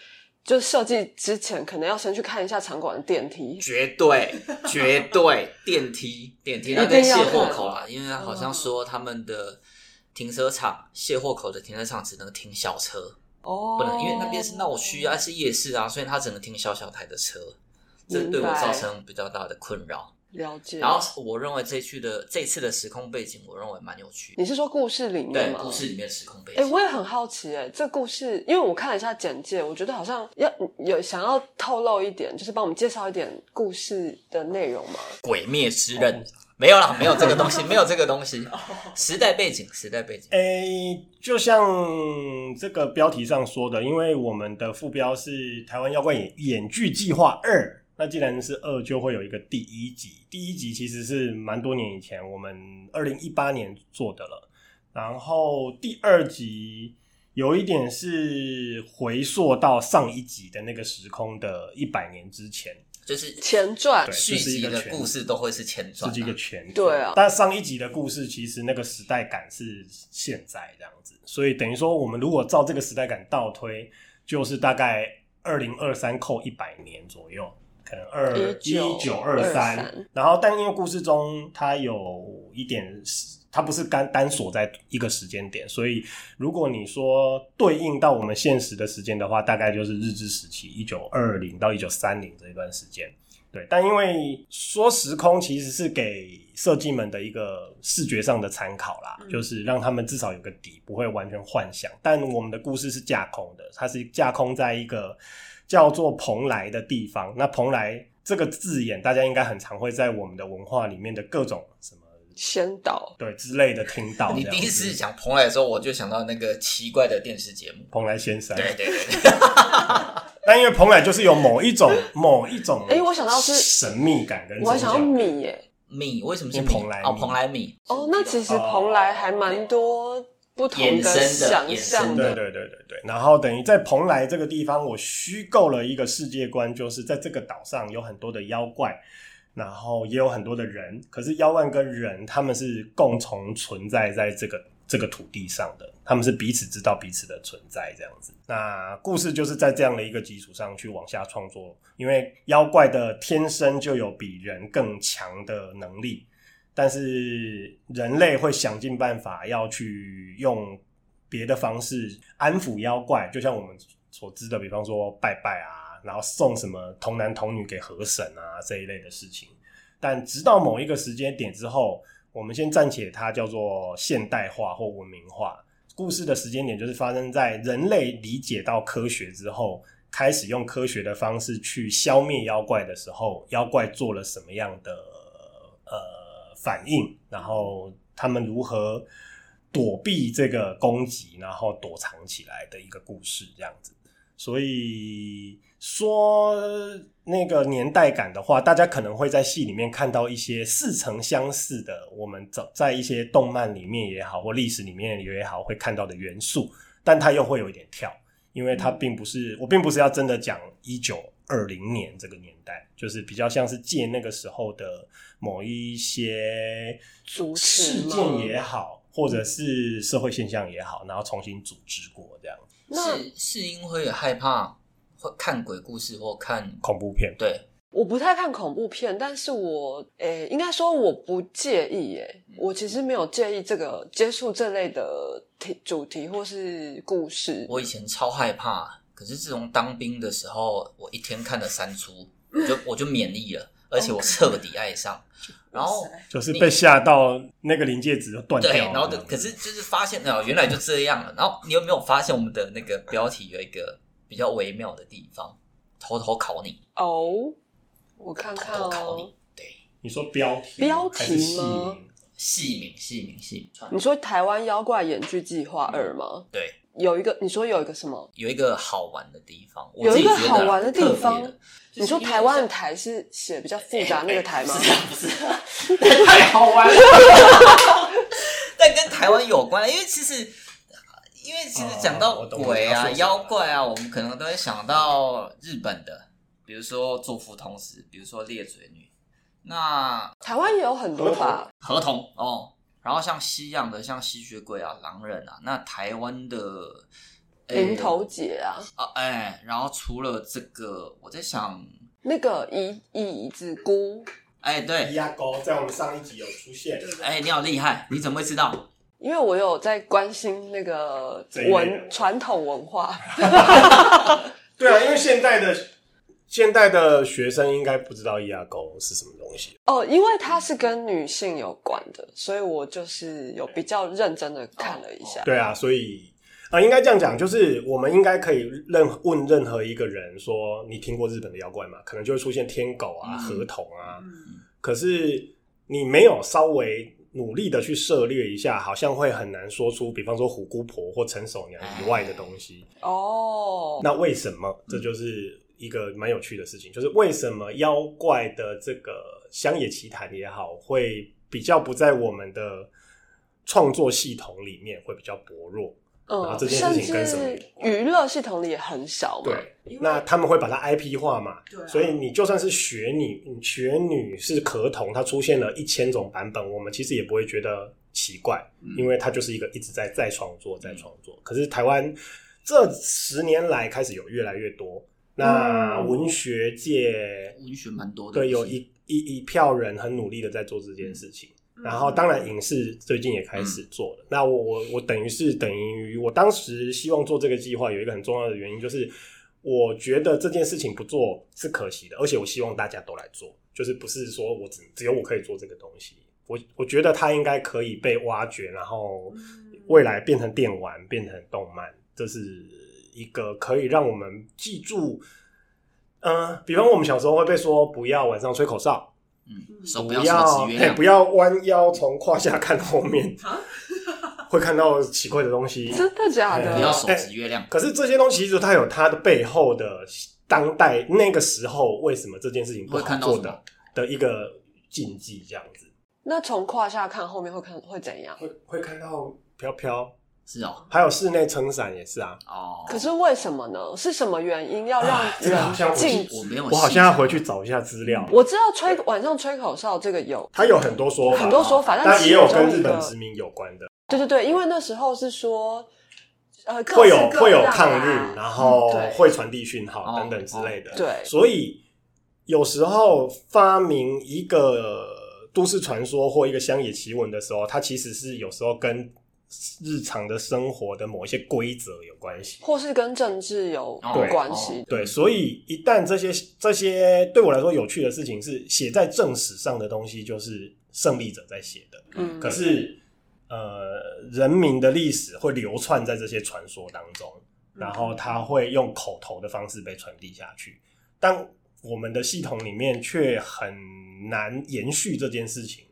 [SPEAKER 1] 就是设计之前，可能要先去看一下场馆的电梯。
[SPEAKER 2] 绝对绝对电梯电梯
[SPEAKER 1] 一定
[SPEAKER 2] 那
[SPEAKER 1] 要
[SPEAKER 2] 跟卸货口啦，因为他好像说他们的停车场卸货口的停车场只能停小车，
[SPEAKER 1] 哦，
[SPEAKER 2] 不能因为那边是闹区啊，是夜市啊，所以他只能停小小台的车，这
[SPEAKER 1] 明白
[SPEAKER 2] 对我造成比较大的困扰。
[SPEAKER 1] 了解。
[SPEAKER 2] 然后我认为这去的这次的时空背景，我认为蛮有趣的，
[SPEAKER 1] 你是说故事里面
[SPEAKER 2] 对
[SPEAKER 1] 吗？
[SPEAKER 2] 故事里面的时空背
[SPEAKER 1] 嗯哎、
[SPEAKER 2] 景。
[SPEAKER 1] 我也很好奇、哎，这故事，因为我看了一下简介，我觉得好像要有想要透露一点，就是帮我们介绍一点故事的内容嘛。
[SPEAKER 2] 鬼灭之刃没有
[SPEAKER 1] 哦
[SPEAKER 2] 啦，没有这
[SPEAKER 1] (laughs)
[SPEAKER 2] 个东西，没有这个东西。时代背景，时代背景。
[SPEAKER 3] 诶，就像这个标题上说的，因为我们的副标是台湾妖怪演演剧计划二，那既然是二，就会有一个第一集。第一集其实是蛮多年以前，我们二零一八年做的了。然后第二集有一点是回溯到上一集的那个时空的一百年之前，
[SPEAKER 2] 就是
[SPEAKER 1] 前传
[SPEAKER 3] 对
[SPEAKER 2] 续集的故事都会是前
[SPEAKER 3] 这
[SPEAKER 2] 传、
[SPEAKER 3] 是一个
[SPEAKER 2] 啊，
[SPEAKER 3] 全
[SPEAKER 1] 对啊
[SPEAKER 3] 但上一集的故事其实那个时代感是现在这样子，所以等于说我们如果照这个时代感倒推，就是大概二零二三扣一百年左右，可能二一九二
[SPEAKER 1] 1923
[SPEAKER 3] 三。然后，但因为故事中它有一点是。它不是单单锁在一个时间点，所以如果你说对应到我们现实的时间的话，大概就是日治时期一九二零到一九三零这一段时间。对，但因为说时空其实是给设计们的一个视觉上的参考
[SPEAKER 1] 嗯
[SPEAKER 3] 啦，就是让他们至少有个底，不会完全幻想。但我们的故事是架空的，它是架空在一个叫做蓬莱的地方。那蓬莱这个字眼，大家应该很常会在我们的文化里面的各种什么
[SPEAKER 1] 先导，
[SPEAKER 3] 对之类的听
[SPEAKER 1] (laughs)
[SPEAKER 3] 到。
[SPEAKER 2] 你
[SPEAKER 3] 这
[SPEAKER 2] 第
[SPEAKER 3] 样
[SPEAKER 2] 一
[SPEAKER 3] 子
[SPEAKER 2] 次讲蓬莱的时候，我就想到那个奇怪的电视节目。
[SPEAKER 3] 蓬莱仙山，
[SPEAKER 2] 对对对 (laughs) 对，
[SPEAKER 3] 但因为蓬莱就是有某一种某一种，
[SPEAKER 1] 哎我想到是
[SPEAKER 3] 神秘感跟宗
[SPEAKER 1] 我
[SPEAKER 3] 教
[SPEAKER 1] 还想
[SPEAKER 3] 感，
[SPEAKER 1] 要米耶、
[SPEAKER 2] 米为什么是米
[SPEAKER 3] 因为蓬莱米
[SPEAKER 2] 哦，蓬莱米
[SPEAKER 1] 哦，那其实蓬莱还蛮多不同
[SPEAKER 2] 衍生的
[SPEAKER 1] 想
[SPEAKER 2] 衍
[SPEAKER 1] 象
[SPEAKER 2] 生
[SPEAKER 3] 对对对对对，然后等于在蓬莱这个地方，我虚构了一个世界观，就是在这个岛上有很多的妖怪，然后也有很多的人，可是妖怪跟人他们是共同存在在这个这个土地上的，他们是彼此知道彼此的存在这样子。那故事就是在这样的一个基础上去往下创作，因为妖怪的天生就有比人更强的能力，但是人类会想尽办法要去用别的方式安抚妖怪，就像我们所知的，比方说拜拜啊，然后送什么童男童女给河神啊这一类的事情。但直到某一个时间点之后，我们先暂且它叫做现代化或文明化。故事的时间点就是发生在人类理解到科学之后，开始用科学的方式去消灭妖怪的时候，妖怪做了什么样的呃反应，然后他们如何躲避这个攻击，然后躲藏起来的一个故事，这样子。所以说那个年代感的话，大家可能会在戏里面看到一些似曾相似的，我们早在一些动漫里面也好，或历史里面也好，会看到的元素，但它又会有一点跳，因为它并不是我并不是要真的讲一九二零年这个年代，就是比较像是借那个时候的某一些
[SPEAKER 1] 族
[SPEAKER 3] 事
[SPEAKER 1] 群吗
[SPEAKER 3] 件也好，或者是社会现象也好，然后重新组织过这样
[SPEAKER 1] 那
[SPEAKER 2] 是是因为害怕会看鬼故事或看
[SPEAKER 3] 恐怖片。
[SPEAKER 2] 对
[SPEAKER 1] 我不太看恐怖片，但是我诶、应该说我不介意诶、
[SPEAKER 2] 嗯
[SPEAKER 1] 我其实没有介意这个接触这类的题主题或是故事。
[SPEAKER 2] 我以前超害怕，可是自从当兵的时候，我一天看了三出，我就我就免疫了，而且我彻底爱上。然后
[SPEAKER 3] (laughs) 就是被吓到那个临界值就断掉
[SPEAKER 2] 对，
[SPEAKER 3] 了。
[SPEAKER 2] 然后可是就是发现哦，原来就这样了。然后你有没有发现我们的那个标题有一个比较微妙的地方？偷偷考你，
[SPEAKER 1] 哦，我看
[SPEAKER 2] 偷
[SPEAKER 1] 看
[SPEAKER 2] 偷考
[SPEAKER 1] 哦
[SPEAKER 2] 你，，对，
[SPEAKER 3] 你说标题
[SPEAKER 1] 标题吗
[SPEAKER 3] 还是戏名
[SPEAKER 2] 戏名戏名戏名，
[SPEAKER 1] 你说台湾妖怪演剧计划
[SPEAKER 2] 嗯
[SPEAKER 1] 二吗？
[SPEAKER 2] 对，
[SPEAKER 1] 有一个，你说有一个什么？
[SPEAKER 2] 有一个好玩的地方，我
[SPEAKER 1] 有一个
[SPEAKER 2] 自己觉得啦
[SPEAKER 1] 好玩的地方
[SPEAKER 2] 特别的
[SPEAKER 1] 你说台湾的台是写比较复杂那个台吗？
[SPEAKER 2] 不哎是啊，不是啊太好玩了。 (laughs) 但跟台湾有关，因为其实，呃因为其实讲
[SPEAKER 3] 哦
[SPEAKER 2] 到
[SPEAKER 3] 我懂
[SPEAKER 2] 鬼
[SPEAKER 3] 你要
[SPEAKER 2] 啊、
[SPEAKER 3] 说什么
[SPEAKER 2] 妖怪啊，我们可能都会想到日本的，比如说作夫童子，比如说裂嘴女，那
[SPEAKER 1] 台湾也有很多吧？
[SPEAKER 2] 合同哦。然后像西洋的，像吸血鬼啊、狼人啊，那台湾的呃
[SPEAKER 1] 零头姐啊，
[SPEAKER 2] 啊，哎，然后除了这个，我在想，
[SPEAKER 1] 那个椅椅子姑，
[SPEAKER 2] 哎，对，
[SPEAKER 3] 压沟在我们上一集有出现，
[SPEAKER 2] 哎，你好厉害，你怎么会知道？
[SPEAKER 1] 因为我有在关心那个
[SPEAKER 3] 这一类的
[SPEAKER 1] 文传统文化，
[SPEAKER 3] 对啊，因为现代的现代的学生应该不知道压沟是什么东西。
[SPEAKER 1] 哦，因为它是跟女性有关的，所以我就是有比较认真的看了一下。
[SPEAKER 3] 对啊，所以啊、应该这样讲，就是我们应该可以任问任何一个人说，你听过日本的妖怪吗？可能就会出现天狗啊、
[SPEAKER 2] 嗯
[SPEAKER 3] 河童啊，
[SPEAKER 2] 嗯
[SPEAKER 3] 可是你没有稍微努力的去涉猎一下，好像会很难说出，比方说虎姑婆或陈守娘以外的东西。
[SPEAKER 2] 哎
[SPEAKER 1] 哦，
[SPEAKER 3] 那为什么？这就是一个蛮有趣的事情，就是为什么妖怪的这个乡野奇谈也好，会比较不在我们的创作系统里面会比较薄弱。然后
[SPEAKER 1] 嗯，
[SPEAKER 3] 这件
[SPEAKER 1] 甚
[SPEAKER 3] 事
[SPEAKER 1] 至
[SPEAKER 3] 情跟什么有关
[SPEAKER 1] 娱乐系统里也很少嘛。，
[SPEAKER 4] 因为
[SPEAKER 3] 那他们会把它 IP 化嘛？
[SPEAKER 4] 对啊
[SPEAKER 3] 所以你就算是雪女，你雪女是壳童，它出现了一千种版本，我们其实也不会觉得奇怪，
[SPEAKER 2] 嗯
[SPEAKER 3] 因为它就是一个一直在在创作，在创作。可是台湾这十年来开始有越来越多，那
[SPEAKER 1] 嗯
[SPEAKER 3] 文学界
[SPEAKER 2] 文学蛮多的，
[SPEAKER 3] 对有一一一票人很努力的在做这件事情。然后，当然，影视最近也
[SPEAKER 2] 嗯
[SPEAKER 3] 开始做了。那我我我等于是等于我当时希望做这个计划，有一个很重要的原因就是，我觉得这件事情不做是可惜的，而且我希望大家都来做，就是不是说我只只有我可以做这个东西。我我觉得它应该可以被挖掘，然后未来变成电玩，变成动漫，这是一个可以让我们记住。嗯、比方我们小时候会被说不要晚上吹口哨，
[SPEAKER 2] 嗯，手
[SPEAKER 3] 不
[SPEAKER 2] 不要手指月
[SPEAKER 3] 哎、
[SPEAKER 2] 亮，
[SPEAKER 3] 不要弯腰从胯下看后面
[SPEAKER 4] 啊，
[SPEAKER 3] 会看到奇怪的东西。
[SPEAKER 1] 啊真的假的？
[SPEAKER 2] 不要
[SPEAKER 3] 哎
[SPEAKER 2] 手指月亮，
[SPEAKER 3] 可是这些东西其实它有它的背后的当代那个时候为什么这件事情不
[SPEAKER 2] 会
[SPEAKER 3] 好
[SPEAKER 2] 看到
[SPEAKER 3] 做
[SPEAKER 2] 什么
[SPEAKER 3] 的？的一个禁忌，这样子
[SPEAKER 1] 那从胯下看后面会看会怎样？
[SPEAKER 3] 会会看到飘飘，
[SPEAKER 2] 是哦，
[SPEAKER 3] 还有室内撑伞也是啊。
[SPEAKER 2] 哦，
[SPEAKER 1] 可是为什么呢？是什么原因要让
[SPEAKER 3] 啊这个好像
[SPEAKER 1] 人
[SPEAKER 3] 我
[SPEAKER 1] 进？
[SPEAKER 2] 我没有，
[SPEAKER 3] 我好像要回去，找一下资料。
[SPEAKER 1] 我知道吹晚上吹口哨这个有
[SPEAKER 3] 它有很多说法，
[SPEAKER 1] 很多说法，但
[SPEAKER 3] 但也
[SPEAKER 1] 其
[SPEAKER 3] 有
[SPEAKER 1] 中
[SPEAKER 3] 跟日
[SPEAKER 1] 一
[SPEAKER 3] 本
[SPEAKER 1] 个，
[SPEAKER 3] 殖民有关的，
[SPEAKER 1] 对对对，因为那时候是说，呃，各
[SPEAKER 3] 会
[SPEAKER 1] 式
[SPEAKER 3] 有
[SPEAKER 1] 各
[SPEAKER 3] 会有
[SPEAKER 1] 样
[SPEAKER 3] 抗
[SPEAKER 1] 啊
[SPEAKER 3] 日，然后
[SPEAKER 1] 嗯对
[SPEAKER 3] 会传递讯号
[SPEAKER 2] 哦
[SPEAKER 3] 等等之类的。
[SPEAKER 1] 对
[SPEAKER 3] 所以有时候发明一个呃都市传说或一个乡野奇闻的时候，它其实是有时候跟日常的生活的某一些规则有关系。
[SPEAKER 1] 或是跟政治有
[SPEAKER 2] 对
[SPEAKER 1] 关系。
[SPEAKER 3] 对，所以一旦这些这些对我来说有趣的事情是写在正史上的东西，就是胜利者在写的。
[SPEAKER 1] 嗯，
[SPEAKER 3] 可是，呃，人民的历史会流窜在这些传说当中，然后它会用口头的方式被传递下去，但我们的系统里面却很难延续这件事情。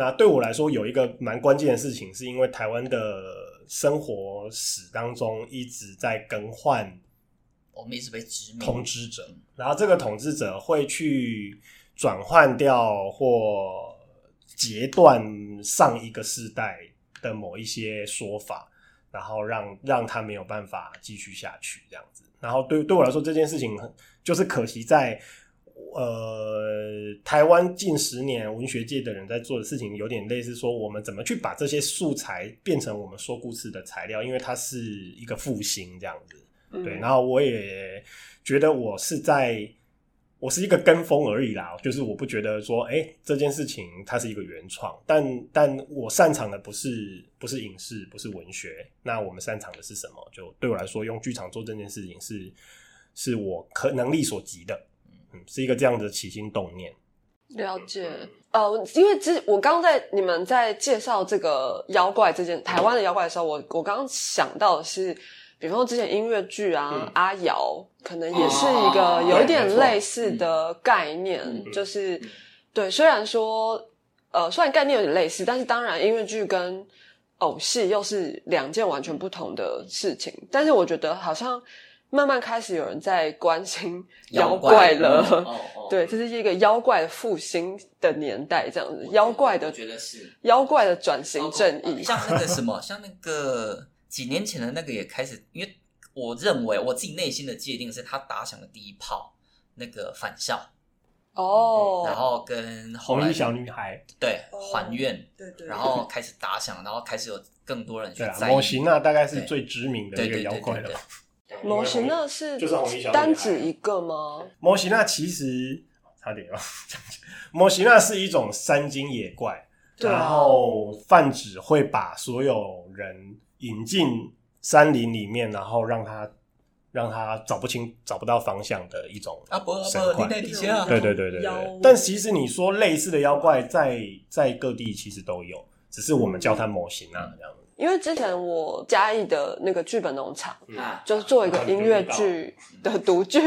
[SPEAKER 3] 那对我来说，有一个蛮关键的事情，是因为台湾的生活史当中一直在更换
[SPEAKER 2] 我们一直被殖民
[SPEAKER 3] 统治者，然后这个统治者会去转换掉或截断上一个世代的某一些说法，然后让让他没有办法继续下去这样子。然后对对我来说，这件事情很就是可惜在。呃，台湾近十年文学界的人在做的事情，有点类似说，我们怎么去把这些素材变成我们说故事的材料，因为它是一个复兴这样子。
[SPEAKER 1] 嗯
[SPEAKER 3] 对，然后我也觉得我是在，我是一个跟风而已啦，就是我不觉得说，哎、这件事情它是一个原创，但但我擅长的不是不是影视，不是文学，那我们擅长的是什么？就对我来说，用剧场做这件事情是是我可能力所及的，嗯，是一个这样的起心动念。
[SPEAKER 1] 了解，呃，因为之我刚刚在你们在介绍这个妖怪这件台湾的妖怪的时候，我我刚刚想到的是，比方说之前音乐剧啊，
[SPEAKER 3] 嗯
[SPEAKER 1] 阿瑶可能也是一个
[SPEAKER 2] 哦
[SPEAKER 1] 有一
[SPEAKER 3] 对没
[SPEAKER 1] 点
[SPEAKER 3] 错
[SPEAKER 1] 类似的概念，
[SPEAKER 2] 嗯
[SPEAKER 1] 就是对，虽然说呃，虽然概念有点类似，但是当然音乐剧跟偶戏又是两件完全不同的事情，但是我觉得好像慢慢开始有人在关心妖怪了。
[SPEAKER 2] 哦哦
[SPEAKER 1] 对，这是一个妖怪复兴的年代，这样子，妖怪的
[SPEAKER 2] 我觉得是哦呃
[SPEAKER 1] 妖怪的转型正义，
[SPEAKER 2] 像那个什么，像那个几年前的那个也开始，因为我认为我自己内心的界定是他打响的第一炮，那个返校，然
[SPEAKER 1] 哦，
[SPEAKER 2] 后跟后
[SPEAKER 3] 红
[SPEAKER 2] 来
[SPEAKER 3] 衣小女孩，
[SPEAKER 2] 对
[SPEAKER 1] 哦
[SPEAKER 2] 还愿，
[SPEAKER 1] 对对
[SPEAKER 2] 然后开始打响，然后开始有更多人去
[SPEAKER 3] 对啊，
[SPEAKER 2] 在
[SPEAKER 3] 摩
[SPEAKER 2] 意
[SPEAKER 3] 西。娜大概是
[SPEAKER 2] 对
[SPEAKER 3] 最知名的
[SPEAKER 2] 对
[SPEAKER 3] 一个
[SPEAKER 2] 对
[SPEAKER 3] 妖
[SPEAKER 2] 对
[SPEAKER 3] 怪
[SPEAKER 2] 对
[SPEAKER 3] 了
[SPEAKER 2] 对
[SPEAKER 3] 吧。，
[SPEAKER 1] 模型那是
[SPEAKER 3] 就是红衣小女孩
[SPEAKER 1] 单指一个吗？
[SPEAKER 3] 摩西娜其实哦差 (laughs) 点要讲，摩西娜是一种山精野怪，
[SPEAKER 1] 对啊
[SPEAKER 3] 然后泛指会把所有人引进山林里面，然后让他让他找不清、找不到方向的一种
[SPEAKER 2] 啊不啊
[SPEAKER 3] 神
[SPEAKER 2] 不，
[SPEAKER 3] 话
[SPEAKER 2] 你在底下，
[SPEAKER 3] 对对对对
[SPEAKER 1] 妖
[SPEAKER 3] 对。但其实你说类似的妖怪在在各地其实都有，只是我们叫它模型啊这样子。
[SPEAKER 1] 因为之前我嘉义的那个剧本农场，
[SPEAKER 2] 啊，
[SPEAKER 1] 就是做一个音乐剧的独剧，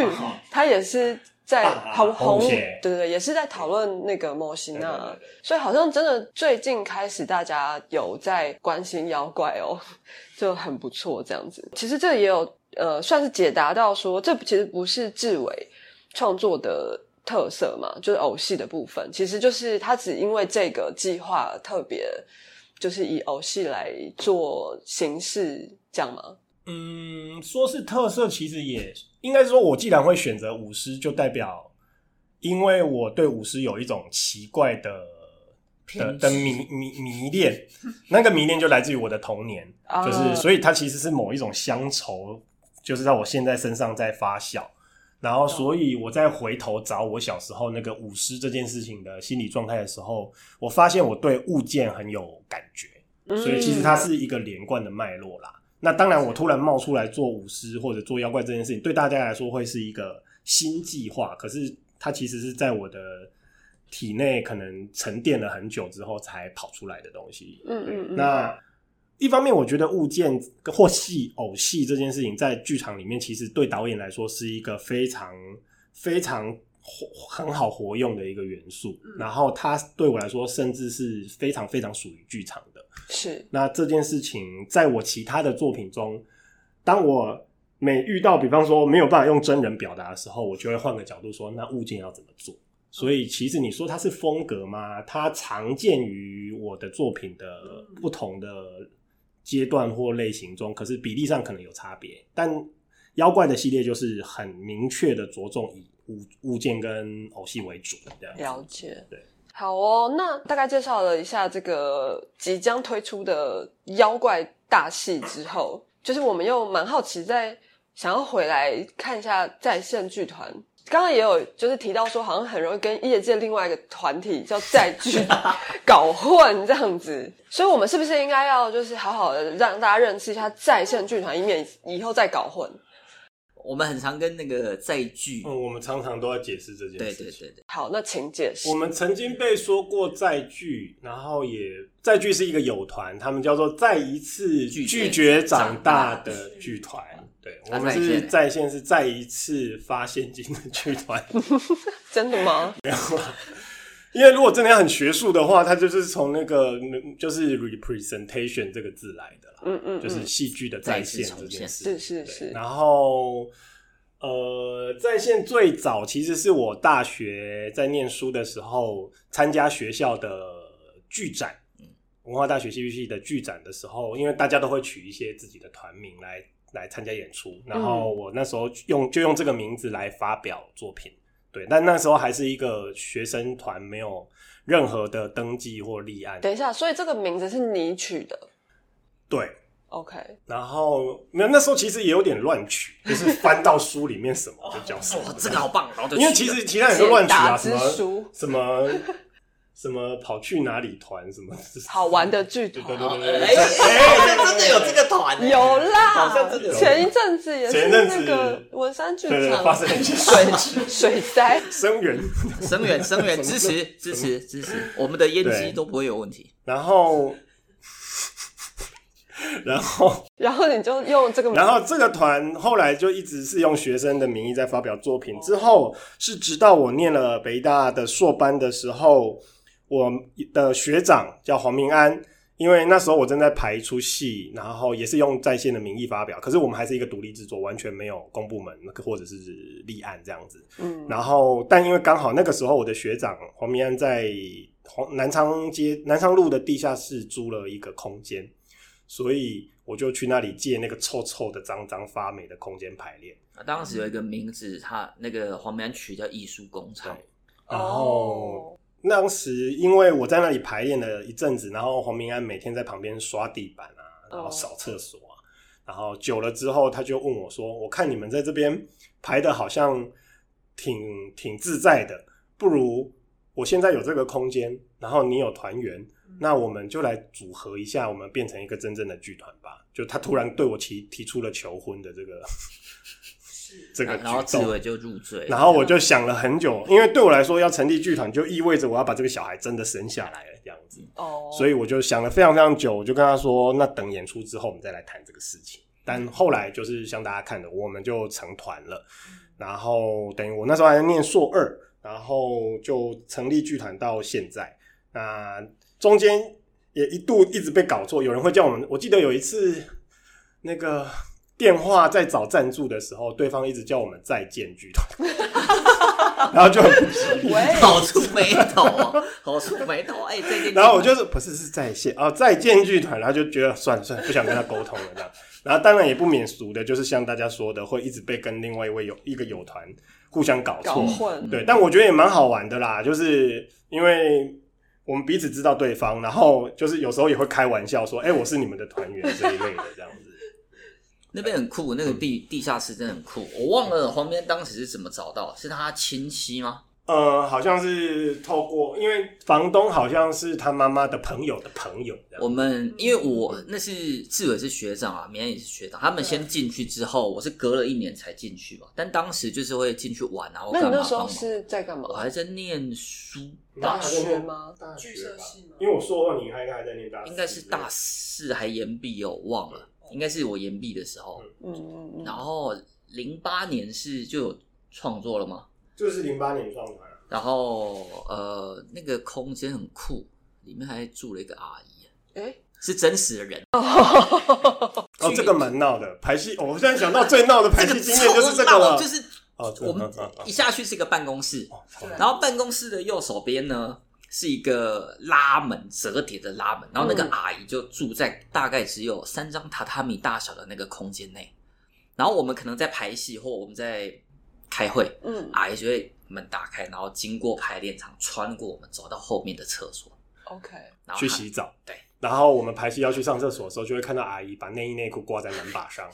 [SPEAKER 1] 它也是在
[SPEAKER 3] 啊
[SPEAKER 1] 红
[SPEAKER 3] 哦红
[SPEAKER 1] 红，
[SPEAKER 3] 血
[SPEAKER 1] 对对对，也是在讨论那个模型
[SPEAKER 3] 对
[SPEAKER 1] 啊
[SPEAKER 3] 对对，
[SPEAKER 1] 所以好像真的最近开始大家有在关心妖怪哦， (laughs) 就很不错这样子。其实这也有呃，算是解答到说，这其实不是志伟创作的特色嘛，就是偶戏的部分，其实就是他只因为这个计划特别。就是以偶戏来做形式，这样吗？
[SPEAKER 3] 嗯，说是特色，其实也应该说，我既然会选择舞狮，就代表因为我对舞狮有一种奇怪的的
[SPEAKER 2] 偏
[SPEAKER 3] 的迷迷迷恋，那个迷恋就来自于我的童年，
[SPEAKER 1] 啊
[SPEAKER 3] 就是所以它其实是某一种乡愁，就是在我现在身上在发酵。然后，所以我再回头找我小时候那个舞狮这件事情的心理状态的时候，我发现我对物件很有感觉。所以其
[SPEAKER 1] 嗯
[SPEAKER 3] 实它是一个连贯的脉络啦。那当然，我突然冒出来做舞狮或者做妖怪这件事情，对大家来说会是一个新计划，可是它其实是在我的体内可能沉淀了很久之后才跑出来的东西。
[SPEAKER 1] 嗯嗯嗯，
[SPEAKER 3] 那一方面，我觉得物件或戏偶戏这件事情，在剧场里面其实对导演来说是一个非常非常活很好活用的一个元素。然后它对我来说，甚至是非常非常属于剧场的。
[SPEAKER 1] 是
[SPEAKER 3] 那这件事情在我其他的作品中，当我每遇到比方说没有办法用真人表达的时候，我就会换个角度说，那物件要怎么做？所以其实你说它是风格吗？它常见于我的作品的不同的阶段或类型中，可是比例上可能有差别。但妖怪的系列就是很明确的着重以物物件跟偶戏为主，这样子
[SPEAKER 1] 了解。
[SPEAKER 3] 对，
[SPEAKER 1] 好哦，那大概介绍了一下这个即将推出的妖怪大戏之后，就是我们又蛮好奇，在想要回来看一下在线剧团。刚刚也有就是提到说，好像很容易跟业界另外一个团体叫在
[SPEAKER 3] (laughs)
[SPEAKER 1] 剧搞混这样子，所以我们是不是应该要就是好好的让大家认识一下在线剧团，以免以后再搞混？
[SPEAKER 2] 我们很常跟那个在剧，
[SPEAKER 3] 嗯，我们常常都在解释这件
[SPEAKER 2] 对
[SPEAKER 3] 事情。
[SPEAKER 2] 对对对，
[SPEAKER 1] 好，那请解释
[SPEAKER 3] 我。们曾经被说过载具，然后也载具是一个友团，他们叫做再一次
[SPEAKER 2] 拒绝
[SPEAKER 3] 拒绝长
[SPEAKER 2] 长
[SPEAKER 3] 大
[SPEAKER 2] 大
[SPEAKER 3] 的剧团。对，
[SPEAKER 2] 啊
[SPEAKER 3] 我们
[SPEAKER 2] 在线
[SPEAKER 3] 是
[SPEAKER 2] 欸
[SPEAKER 3] 在线是再一次发现金的剧团，
[SPEAKER 1] 真的吗？
[SPEAKER 3] 因为如果真的要很学术的话，它就是从那个嗯就是 representation 这个字来的啦，
[SPEAKER 1] 嗯嗯，
[SPEAKER 3] 就是
[SPEAKER 1] 嗯
[SPEAKER 3] 戏剧的在线这件事。
[SPEAKER 1] 是是
[SPEAKER 3] 对
[SPEAKER 1] 是，
[SPEAKER 3] 然后呃，在线最早其实是我大学在念书的时候参加学校的剧展，
[SPEAKER 1] 嗯
[SPEAKER 3] 文化大学戏剧系的剧展的时候，因为大家都会取一些自己的团名来来参加演出，然
[SPEAKER 1] 嗯
[SPEAKER 3] 后我那时候用就用这个名字来发表作品。对，但那时候还是一个学生团，没有任何的登记或立案。
[SPEAKER 1] 等一下，所以这个名字是你取的
[SPEAKER 3] 对，
[SPEAKER 1] ，OK？
[SPEAKER 3] 然后没有那时候其实也有点乱取，就是翻到书里面什么就叫
[SPEAKER 1] (laughs)
[SPEAKER 3] 什么
[SPEAKER 1] 哦
[SPEAKER 2] 哇，。这个好棒，然后就
[SPEAKER 3] 因为
[SPEAKER 2] 去
[SPEAKER 3] 其
[SPEAKER 2] 了
[SPEAKER 3] 实其他人都乱取啊，什
[SPEAKER 1] 啊简答之书
[SPEAKER 3] 么什么什么跑去哪里团什么
[SPEAKER 1] 好玩的剧
[SPEAKER 3] 对
[SPEAKER 1] 团啊
[SPEAKER 3] 对对对对
[SPEAKER 2] 哎，好像真的有这个团欸，
[SPEAKER 1] 有啦，
[SPEAKER 2] 好像真的有
[SPEAKER 1] 前一阵子也是
[SPEAKER 3] 前一阵子
[SPEAKER 1] 那个文山剧
[SPEAKER 3] 对对
[SPEAKER 1] 场
[SPEAKER 3] 对发生一些
[SPEAKER 1] 水水灾，
[SPEAKER 3] 声援。
[SPEAKER 2] 声援声援支持支持支持，我们的烟机
[SPEAKER 3] 对
[SPEAKER 2] 都不会有问题。
[SPEAKER 3] 然后然后
[SPEAKER 1] 然后你就用这个名字
[SPEAKER 3] 然后这个团后来就一直是用学生的名义在发表作品，之后是直到我念了北大的硕班的时候，我的学长叫黄明安。因为那时候我正在排一出戏，然后也是用在线的名义发表，可是我们还是一个独立制作，完全没有公部门或者是立案这样子。
[SPEAKER 1] 嗯
[SPEAKER 3] 然后，但因为刚好那个时候我的学长黄明安在黄南昌街南昌路的地下室租了一个空间，所以我就去那里借那个臭臭的、脏脏发霉的空间排练。
[SPEAKER 2] 啊当时有一个名字，他那个黄梅安取叫艺术工厂，
[SPEAKER 3] 然后当时因为我在那里排练了一阵子，然后黄明安每天在旁边刷地板啊，然后扫厕所啊，然后久了之后，他就问我说：“我看你们在这边排的好像挺挺自在的，不如我现在有这个空间，然后你有团员，那我们就来组合一下，我们变成一个真正的剧团吧。”就他突然对我提提出了求婚的这个这个
[SPEAKER 2] 然
[SPEAKER 3] 举
[SPEAKER 2] 然后志
[SPEAKER 3] 动
[SPEAKER 2] 伟就入赘，
[SPEAKER 3] 然后我就想了很久，因为对我来说要成立剧团，就意味着我要把这个小孩真的生下来了这样子，
[SPEAKER 1] 哦，
[SPEAKER 3] 所以我就想了非常非常久，我就跟他说，那等演出之后我们再来谈这个事情。但后来就是像大家看的，我们就成团了，然后等于我那时候还在念硕二，然后就成立剧团到现在。那中间也一度一直被搞错，有人会叫我们，我记得有一次那个电话在找赞助的时候，对方一直叫我们再见剧团，然后就很不吉
[SPEAKER 2] (laughs)
[SPEAKER 3] 利。
[SPEAKER 1] 喂，
[SPEAKER 2] 好出眉头 (laughs) 哦，好出眉头，哎，最近
[SPEAKER 3] 然后我就是不是是在线哦，在建剧团，然后就觉得算了算了，不想跟他沟通了这样。然后当然也不免俗的，就是像大家说的，会一直被跟另外一位有一个友团互相搞
[SPEAKER 1] 搞
[SPEAKER 3] 错，
[SPEAKER 1] 混，
[SPEAKER 3] 对，但我觉得也蛮好玩的啦，就是因为我们彼此知道对方，然后就是有时候也会开玩笑说，哎、我是你们的团员这一类的这样子。
[SPEAKER 2] 那边很酷，那个地
[SPEAKER 1] 嗯
[SPEAKER 2] 地下室真的很酷。我忘了黄梅安当时是怎么找到，是他亲戚吗？
[SPEAKER 3] 呃，好像是透过，因为房东好像是他妈妈的朋友的朋友这样
[SPEAKER 2] 我们因为我那是志伟是学长啊，明安也是学长，他们先进去之后，我是隔了一年才进去嘛。但当时就是会进去玩啊，我
[SPEAKER 1] 那
[SPEAKER 2] 干
[SPEAKER 1] 你
[SPEAKER 2] 嘛
[SPEAKER 1] 那
[SPEAKER 2] 帮
[SPEAKER 1] 时候
[SPEAKER 2] 忙？
[SPEAKER 1] 是在干
[SPEAKER 2] 我
[SPEAKER 1] 嘛？
[SPEAKER 2] 还在念书，
[SPEAKER 1] 大
[SPEAKER 2] 大
[SPEAKER 1] 学啊吗？
[SPEAKER 3] 大
[SPEAKER 4] 剧社系吗
[SPEAKER 3] 因为我硕二，你还还在念大四，
[SPEAKER 2] 应该是大四还延毕哦，我忘了，应该是我延毕的时候。
[SPEAKER 1] 嗯嗯嗯，
[SPEAKER 2] 然后零八年是就有创作了吗？
[SPEAKER 3] 就是零八年创团啊。
[SPEAKER 2] 然后呃，那个空间很酷，里面还住了一个阿姨，
[SPEAKER 1] 哎，
[SPEAKER 2] 是真实的人。
[SPEAKER 3] 哦，这个蛮闹的，排戏，我现在想到最闹的排戏经验就是这
[SPEAKER 2] 超
[SPEAKER 3] 个
[SPEAKER 2] 闹
[SPEAKER 3] 了，
[SPEAKER 2] 就是
[SPEAKER 3] 哦这个
[SPEAKER 2] 我们
[SPEAKER 3] 嗯嗯嗯
[SPEAKER 2] 一下去是一个办公室，
[SPEAKER 3] 哦
[SPEAKER 2] 然后办公室的右手边呢是一个拉门折叠的拉门，然后那个阿姨就住在大概只有三张榻榻米大小的那个空间内，然后我们可能在排戏或我们在开会，
[SPEAKER 1] 嗯
[SPEAKER 2] 阿姨就会门打开，然后经过排练场，穿过我们走到后面的厕所，
[SPEAKER 1] ，OK，
[SPEAKER 2] 然后
[SPEAKER 3] 去
[SPEAKER 2] 她
[SPEAKER 3] 洗澡。
[SPEAKER 2] 对，
[SPEAKER 3] 然后我们排戏要去上厕所的时候，就会看到阿姨把内衣内裤挂在门把上。